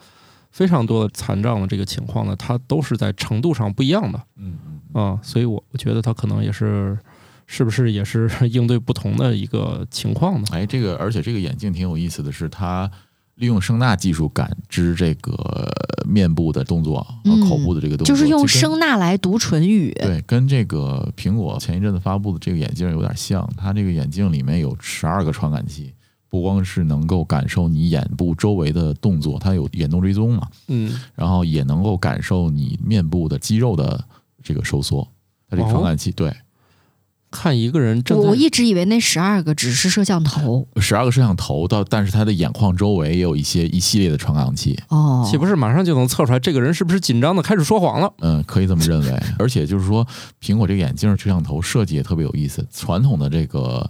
Speaker 4: 非常多的残障的这个情况呢，它都是在程度上不一样的。
Speaker 1: 嗯嗯。
Speaker 4: 啊，所以我我觉得他可能也是，是不是也是 应对不同的一个情况呢？
Speaker 1: 哎，这个而且这个眼镜挺有意思的是，它利用声呐技术感知这个呃面部的动作和
Speaker 3: 嗯
Speaker 1: 口部的这个动作，
Speaker 3: 就是用
Speaker 1: 跟
Speaker 3: 声呐来读唇语。
Speaker 1: 对，跟这个苹果前一阵子发布的这个眼镜有点像，它这个眼镜里面有十二个传感器。不光是能够感受你眼部周围的动作，它有眼动追踪嘛，
Speaker 4: 嗯，
Speaker 1: 然后也能够感受你面部的肌肉的这个收缩。它这个传感器、对，
Speaker 4: 看一个人
Speaker 3: 我
Speaker 4: 正在
Speaker 3: 我一直以为那十二个只是摄像头
Speaker 1: 十二个摄像头到，但是它的眼眶周围也有一些一系列的传感器。
Speaker 3: 哦
Speaker 4: 岂，不是马上就能测出来这个人是不是紧张的开始说谎了？
Speaker 1: 嗯，可以这么认为。而且就是说，苹果这个眼镜摄像头设计也特别有意思。传统的这个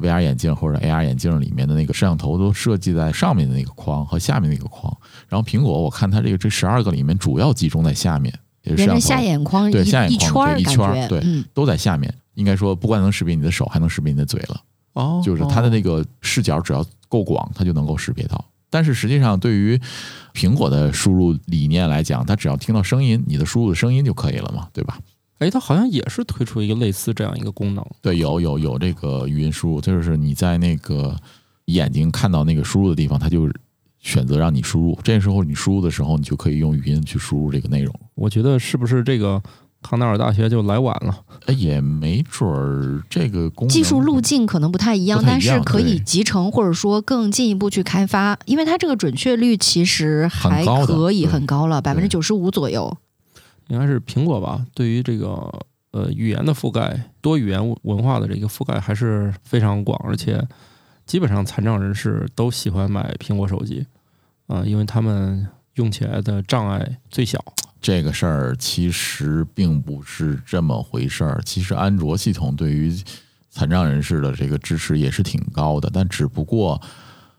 Speaker 1: VR 眼镜或者 AR 眼镜里面的那个摄像头都设计在上面的那个框和下面那个框，然后苹果我看它这个这十二个里面主要集中在下面，也是
Speaker 3: 沿
Speaker 1: 摄像
Speaker 3: 着下
Speaker 1: 头
Speaker 3: 眼眶
Speaker 1: 对
Speaker 3: 一
Speaker 1: 下眼
Speaker 3: 一
Speaker 1: 眶
Speaker 3: 圈儿
Speaker 1: 对一
Speaker 3: 感
Speaker 1: 圈儿
Speaker 3: 觉，
Speaker 1: 对
Speaker 3: 嗯，
Speaker 1: 都在下面。应该说，不光能识别你的手，还能识别你的嘴了。
Speaker 4: 哦
Speaker 1: 就是它的那个视角只要够广，它就能够识别到。但是实际上，对于苹果的输入理念来讲，它只要听到声音，你的输入的声音就可以了嘛，对吧？
Speaker 4: 哎，他好像也是推出一个类似这样一个功能。
Speaker 1: 对，有有有这个语音输入，就是你在那个眼睛看到那个输入的地方，它就选择让你输入。这时候你输入的时候，你就可以用语音去输入这个内容。
Speaker 4: 我觉得是不是这个康奈尔大学就来晚了？
Speaker 1: 哎，也没准儿这个功能
Speaker 3: 技术路径可能不太一样，
Speaker 1: 嗯不太一
Speaker 3: 但是
Speaker 1: 样
Speaker 3: 可以
Speaker 1: 对
Speaker 3: 集成或者说更进一步去开发，因为它这个准确率其实还
Speaker 1: 很高的
Speaker 3: 可以
Speaker 1: 对
Speaker 3: 很高了，百分
Speaker 1: 对
Speaker 3: 之九十五左右。
Speaker 4: 应该是苹果吧？对于这个呃语言的覆盖，多语言文文化的这个覆盖还是非常广，而且基本上残障人士都喜欢买苹果手机啊、因为他们用起来的障碍最小。
Speaker 1: 这个事儿其实并不是这么回事儿。其实安卓系统对于残障人士的这个支持也是挺高的，但只不过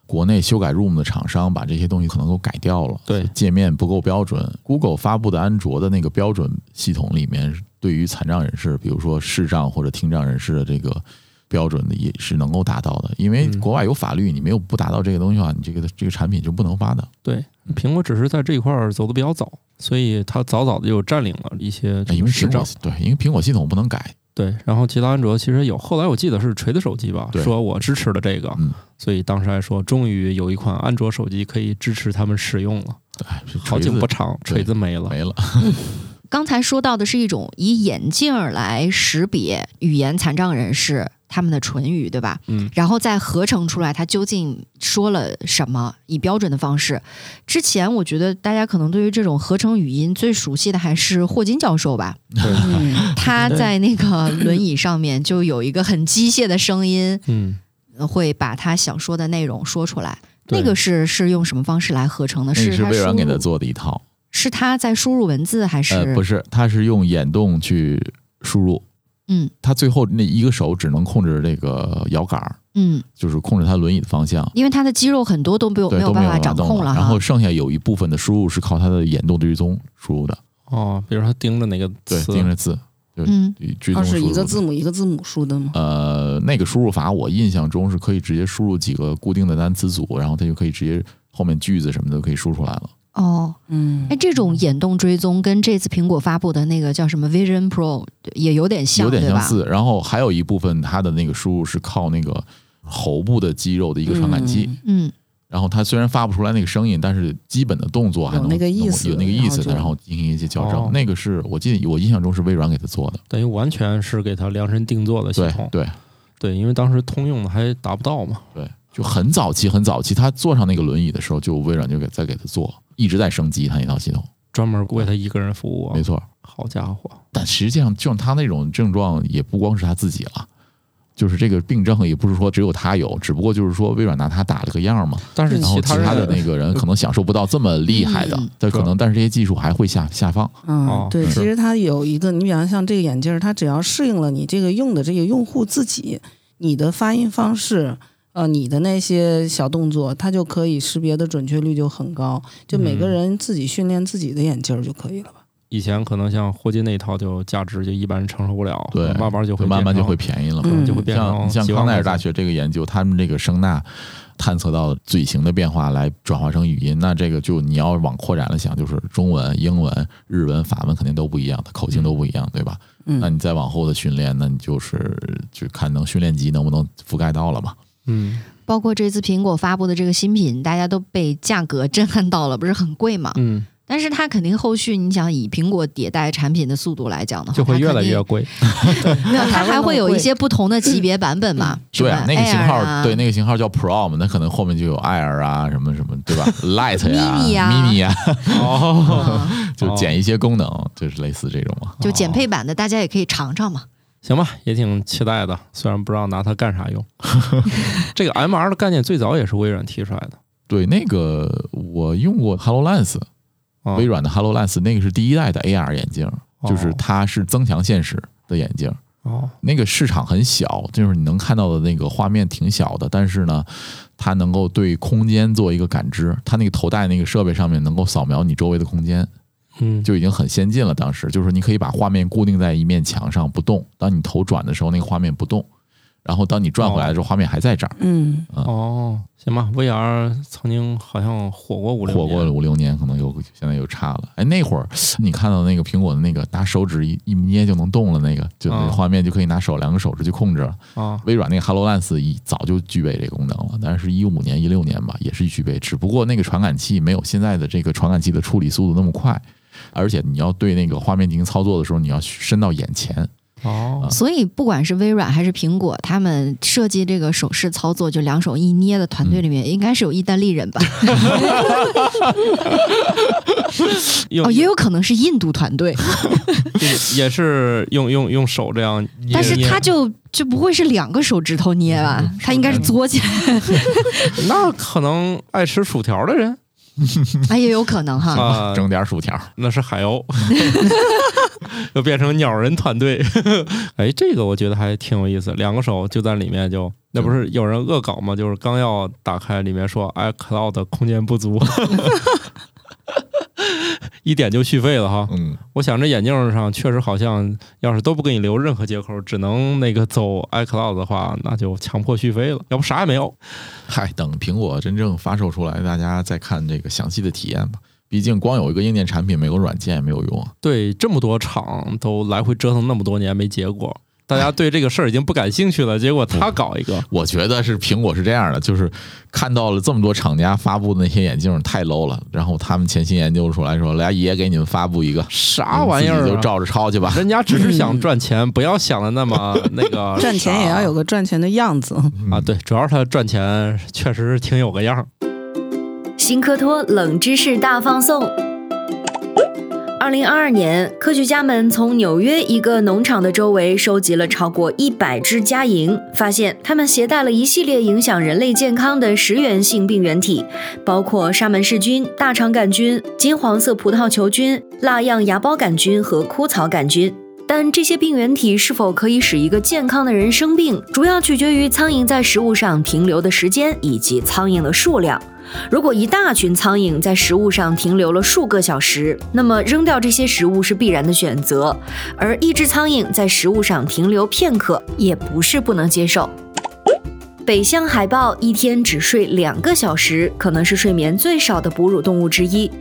Speaker 1: 国内修改 ROM 的厂商把这些东西可能都改掉了，
Speaker 4: 对
Speaker 1: 界面不够标准。Google 发布的安卓的那个标准系统里面，对于残障人士，比如说视障或者听障人士的这个。标准的也是能够达到的，因为
Speaker 4: 嗯
Speaker 1: 国外有法律，你没有不达到这个东西的话，你这个这个产品就不能发的。
Speaker 4: 对，苹果只是在这一块儿走的比较早，所以它早早的就占领了一些这
Speaker 1: 哎因
Speaker 4: 个
Speaker 1: 为
Speaker 4: 市
Speaker 1: 苹
Speaker 4: 场
Speaker 1: 果。对，因为苹果系统不能改，
Speaker 4: 对，然后其他安卓其实有，后来我记得是锤子手机吧，
Speaker 1: 对
Speaker 4: 说我支持了这个，
Speaker 1: 嗯
Speaker 4: 所以当时还说，终于有一款安卓手机可以支持他们使用了。
Speaker 1: 哎，这
Speaker 4: 好
Speaker 1: 锤
Speaker 4: 景
Speaker 1: 子
Speaker 4: 不长，
Speaker 1: 对
Speaker 4: 锤子没了。
Speaker 1: 没了。
Speaker 3: 刚才说到的是一种以眼镜儿来识别语言残障人士他们的唇语，对吧？
Speaker 4: 嗯，
Speaker 3: 然后再合成出来他究竟说了什么，以标准的方式。之前我觉得大家可能对于这种合成语音最熟悉的还是霍金教授吧，
Speaker 4: 对，
Speaker 2: 嗯，
Speaker 3: 他在那个轮椅上面就有一个很机械的声音，
Speaker 4: 嗯，
Speaker 3: 呃会把他想说的内容说出来。
Speaker 4: 对
Speaker 3: 那个是是用什么方式来合成的？
Speaker 1: 那个
Speaker 3: 是
Speaker 1: 是
Speaker 3: 他
Speaker 1: 微软
Speaker 3: 输
Speaker 1: 给他
Speaker 3: 入？
Speaker 1: 做的一套，
Speaker 3: 是他在输入文字还是？
Speaker 1: 呃，不是，他是用眼动去输入，
Speaker 3: 嗯
Speaker 1: 他最后那一个手只能控制这个摇杆儿，
Speaker 3: 嗯，
Speaker 1: 就是控制他轮椅的方向，
Speaker 3: 因为他的肌肉很多都没有
Speaker 1: 对，
Speaker 3: 有
Speaker 1: 都
Speaker 3: 办
Speaker 1: 没有
Speaker 3: 法
Speaker 1: 办法
Speaker 3: 掌
Speaker 1: 动
Speaker 3: 控了
Speaker 1: 然
Speaker 3: 哈
Speaker 1: 后。剩下有一部分的输入是靠他的眼动追踪输入的，
Speaker 4: 哦，比如他盯着哪个
Speaker 1: 对，
Speaker 4: 词，
Speaker 1: 盯着字，
Speaker 3: 嗯，
Speaker 1: 追
Speaker 2: 它
Speaker 1: 踪输
Speaker 2: 是
Speaker 1: 入
Speaker 2: 一个
Speaker 1: 的
Speaker 2: 字。母一个字母输的吗？
Speaker 1: 呃，那个输入法我印象中是可以直接输入几个固定的单词组，然后它就可以直接后面句子什么的都可以输出来了。
Speaker 3: 哦，
Speaker 2: 嗯
Speaker 3: 哎，，这种眼动追踪跟这次苹果发布的那个叫什么 Vision Pro 也有点像，
Speaker 1: 有点
Speaker 3: 对
Speaker 1: 相
Speaker 3: 吧？
Speaker 1: 似。然后还有一部分它的那个输入是靠那个喉部的肌肉的一个传感器。
Speaker 2: 嗯
Speaker 3: 嗯
Speaker 1: 然后它虽然发不出来那个声音，但是基本的动作还
Speaker 2: 有
Speaker 1: 能
Speaker 2: 那个意思
Speaker 1: 能有那个意思
Speaker 2: 然后
Speaker 1: 的，
Speaker 2: 就
Speaker 1: 然后进行一些矫
Speaker 4: 哦
Speaker 1: 正。那个是我记得我印象中是微软给它做的，
Speaker 4: 等于完全是给它量身定做的系
Speaker 1: 对
Speaker 4: 统。
Speaker 1: 对
Speaker 4: 对，因为当时通用的还达不到嘛。
Speaker 1: 对，就很早期很早期，他坐上那个轮椅的时候，就微软就给再给他做，一直在升级他那套系统，
Speaker 4: 专门为他一个人服务啊
Speaker 1: 没！错。
Speaker 4: 好家伙，
Speaker 1: 但实际上，像他那种症状，也不光是他自己了。就是这个病症也不是说只有他有，只不过就是说微软拿他打了个样嘛，
Speaker 4: 但是
Speaker 1: 然后
Speaker 4: 其
Speaker 1: 其
Speaker 4: 他
Speaker 1: 他的
Speaker 4: 人
Speaker 1: 那个人可能享受不到这么厉害的
Speaker 3: 嗯，
Speaker 1: 但可能但是这些技术还会下下放，
Speaker 2: 嗯，
Speaker 4: 哦
Speaker 2: 对，
Speaker 4: 是
Speaker 2: 其实它有一个，你比方像这个眼镜儿，它只要适应了你这个用的这个用户自己，呃你的发音方式，呃，你的那些小动作，它就可以识别的准确率就很高。就每个
Speaker 4: 嗯
Speaker 2: 人自己训练自己的眼镜儿就可以了吧？
Speaker 4: 以前可能像霍金那一套就价值就一般人承受不了，
Speaker 1: 对
Speaker 4: 慢慢就会
Speaker 1: 慢慢就
Speaker 4: 变成
Speaker 1: 会便宜了嘛。
Speaker 2: 嗯
Speaker 4: 就会变成
Speaker 1: 像像
Speaker 4: 几万
Speaker 1: 康奈尔
Speaker 4: 块钱
Speaker 1: 大学这个研究，他们这个声呐探测到嘴型的变化来转化成语音，那这个就你要往扩展了想，就是中文、英文、日文、法文肯定都不一样的，口径都不一样，对吧？那
Speaker 2: 嗯，
Speaker 1: 你再往后的训练，那你就是就看能训练集能不能覆盖到了嘛？
Speaker 4: 嗯
Speaker 3: 包括这次苹果发布的这个新品，大家都被价格 震撼到了，不是很贵嘛？
Speaker 4: 嗯，
Speaker 3: 但是它肯定后续，你想以苹果迭代产品的速度来讲的话，
Speaker 4: 就会越来越
Speaker 3: 它
Speaker 4: 贵。
Speaker 3: 肯定没有，它还会有一些不同的级别版本嘛？
Speaker 1: 对啊，
Speaker 3: 是吧
Speaker 1: 那个型
Speaker 3: Air
Speaker 1: 号
Speaker 3: 啊
Speaker 1: 对那个型号叫 Pro 嘛，那可能后面就有 Air 啊，什么什么，对吧？Light 呀
Speaker 3: Mini 呀
Speaker 1: Mini 呀，
Speaker 4: 哦，
Speaker 3: 嗯
Speaker 1: 就减一些功能，就是类似这种嘛。
Speaker 3: 就减配版的，大家也可以尝尝嘛。
Speaker 4: 行吧，也挺期待的。虽然不知道拿它干啥 用，这个 MR 的概念最早也是微软提出来的。
Speaker 1: 对，那个我用过 HoloLens，
Speaker 4: 啊
Speaker 1: 微软的 HoloLens 那个是第一代的 AR 眼镜，就是它是增强现实的眼镜。
Speaker 4: 哦，
Speaker 1: 那个市场很小，就是你能看到的那个画面挺小的，但是呢，它能够对空间做一个感知。它那个头戴那个设备上面能够扫描你周围的空间，
Speaker 4: 嗯，
Speaker 1: 就已经很先进了。当时就是你可以把画面固定在一面墙上不动，当你头转的时候，那个画面不动，然后当你转回来的时候，画面还在这儿。
Speaker 2: 嗯，
Speaker 4: 哦，行吧，VR 曾经好像火过五六
Speaker 1: 火
Speaker 4: 年，
Speaker 1: 过了五六年，可能有现在有差了。哎，那会儿你看到那个苹果的那个拿手指一一捏就能动了，那个就那
Speaker 4: 啊
Speaker 1: 个画面就可以拿手两个手指去控制了。
Speaker 4: 啊，
Speaker 1: 微软那个 HoloLens 一早就具备这个功能了，但是一五年、一六年吧，也是具备，只不过那个传感器没有现在的这个传感器的处理速度那么快，而且你要对那个画面进行操作的时候，你要伸到眼前。啊
Speaker 4: 哦，
Speaker 1: 嗯
Speaker 3: 所以不管是微软还是苹果，他们设计这个手势操作，就两手一捏的团队
Speaker 1: 嗯
Speaker 3: 里面，应该是有意大利人吧？
Speaker 4: 用
Speaker 3: 哦，也有可能是印度团队，
Speaker 4: 也是用用用手这样捏，
Speaker 3: 但是
Speaker 4: 捏
Speaker 3: 他就就不会是两个手指头捏吧？他应该是嘬起来，
Speaker 4: 那可能爱吃薯条的人
Speaker 3: 哎，也有可能哈。
Speaker 4: 啊，
Speaker 1: 整点薯条，
Speaker 4: 那是海鸥， 又变成鸟人团队。 哎，这个我觉得还挺有意思，两个手就在里面就。那不是有人恶搞吗？就是刚要打开，里面说 iCloud 空间不足， 一点就续费了哈。
Speaker 1: 嗯，
Speaker 4: 我想这眼镜上确实好像，要是都不给你留任何接口，只能那个走 iCloud 的话，那就强迫续费了，要不啥也没有。
Speaker 1: 嗨，等苹果真正发售出来，大家再看这个详细的体验吧。毕竟光有一个硬件产品，没有软件也没有用啊。
Speaker 4: 对，这么多厂都来回折腾那么多年没结果，大家对这个事儿已经不感兴趣了，结果
Speaker 1: 嗯
Speaker 4: 他搞一个，
Speaker 1: 我觉得是苹果是这样的，就是看到了这么多厂家发布的那些眼镜太 low 了，然后他们潜心研究出来说，来爷给你们发布一个
Speaker 4: 啥玩意
Speaker 1: 你
Speaker 4: 儿、
Speaker 1: 们自己
Speaker 4: 啊
Speaker 1: 就？照着抄去吧。嗯
Speaker 4: 人家只是想赚钱，不要想的 那么那个
Speaker 2: 赚钱也要有
Speaker 4: 个
Speaker 2: 个赚钱的样子。
Speaker 4: 啊。
Speaker 1: 嗯
Speaker 4: 对，主要是他赚钱确实挺有个样儿。
Speaker 5: 新科托冷知识大放送。二零二二年，科学家们从纽约一个农场的周围收集了超过一百只家蝇，发现它们携带了一系列影响人类健康的食源性病原体，包括沙门氏菌、大肠杆菌、金黄色葡萄球菌、蜡样芽孢杆菌和枯草杆菌。但这些病原体是否可以使一个健康的人生病，主要取决于苍蝇在食物上停留的时间以及苍蝇的数量。如果一大群苍蝇在食物上停留了数个小时，那么扔掉这些食物是必然的选择；而一只苍蝇在食物上停留片刻，也不是不能接受。北向海豹一天只睡两个小时，可能是睡眠最少的哺乳动物之一。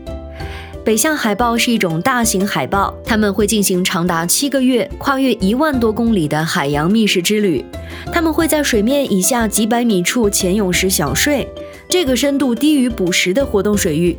Speaker 5: 北向海豹是一种大型海豹，它们会进行长达七个月、跨越一万多公里的海洋觅食之旅。它们会在水面以下几百米处潜泳时小睡，这个深度低于捕食的活动水域。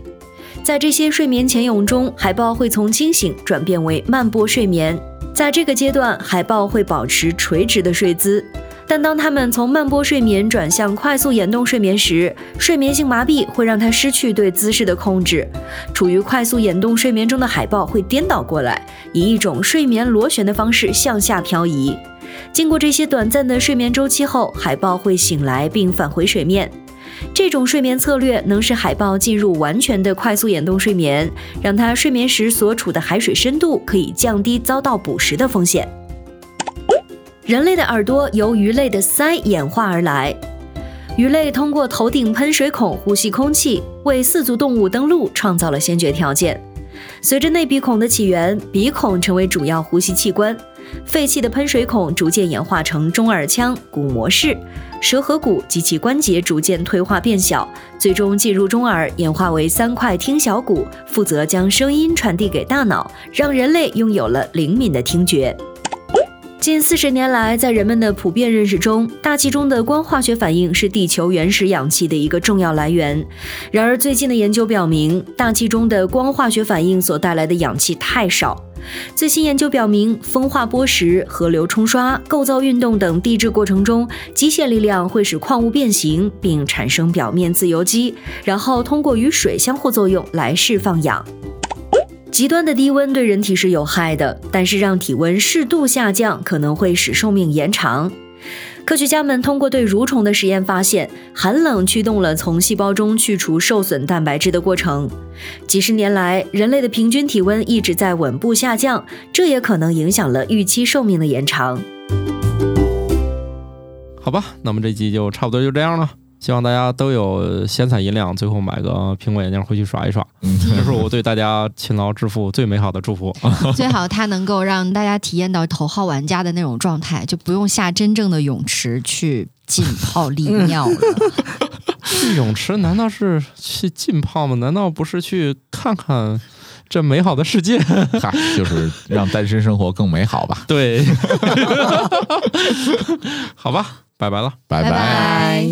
Speaker 5: 在这些睡眠潜泳中，海豹会从清醒转变为慢波睡眠。在这个阶段，海豹会保持垂直的睡姿，但当它们从慢波睡眠转向快速眼动睡眠时，睡眠性麻痹会让它失去对姿势的控制。处于快速眼动睡眠中的海豹会颠倒过来，以一种睡眠螺旋的方式向下漂移。经过这些短暂的睡眠周期后，海豹会醒来并返回水面。这种睡眠策略能使海豹进入完全的快速眼动睡眠，让它睡眠时所处的海水深度可以降低遭到捕食的风险。人类的耳朵由鱼类的鳃演化而来，鱼类通过头顶喷水孔呼吸空气，为四足动物登陆创造了先决条件。随着内鼻孔的起源，鼻孔成为主要呼吸器官。废弃的喷水孔逐渐演化成中耳腔、鼓膜室，舌颌骨及其关节逐渐退化变小，最终进入中耳，演化为三块听小骨，负责将声音传递给大脑，让人类拥有了灵敏的听觉。近四十年来，在人们的普遍认识中，大气中的光化学反应是地球原始氧气的一个重要来源。然而，最近的研究表明，大气中的光化学反应所带来的氧气太少。最新研究表明，风化剥蚀、河流冲刷、构造运动等地质过程中，机械力量会使矿物变形，并产生表面自由基，然后通过与水相互作用来释放氧。极端的低温对人体是有害的，但是让体温适度下降可能会使寿命延长。科学家们通过对蠕虫的实验发现，寒冷驱动了从细胞中去除受损蛋白质的过程。几十年来，人类的平均体温一直在稳步下降，这也可能影响了预期寿命的延长。
Speaker 4: 好吧，那么这集就差不多就这样了。希望大家都有闲散银两，最后买个苹果眼镜回去耍一耍，
Speaker 1: 嗯
Speaker 4: 这是我对大家勤劳致富最美好的祝福。
Speaker 3: 最好它能够让大家体验到头号玩家的那种状态，就不用下真正的泳池去浸泡利尿了。
Speaker 4: 去泳池难道是去浸泡吗？难道不是去看看这美好的世界？
Speaker 1: 嗨，就是让单身生活更美好吧。
Speaker 4: 对， 好吧，拜拜了。
Speaker 1: 拜
Speaker 3: 拜
Speaker 2: 拜。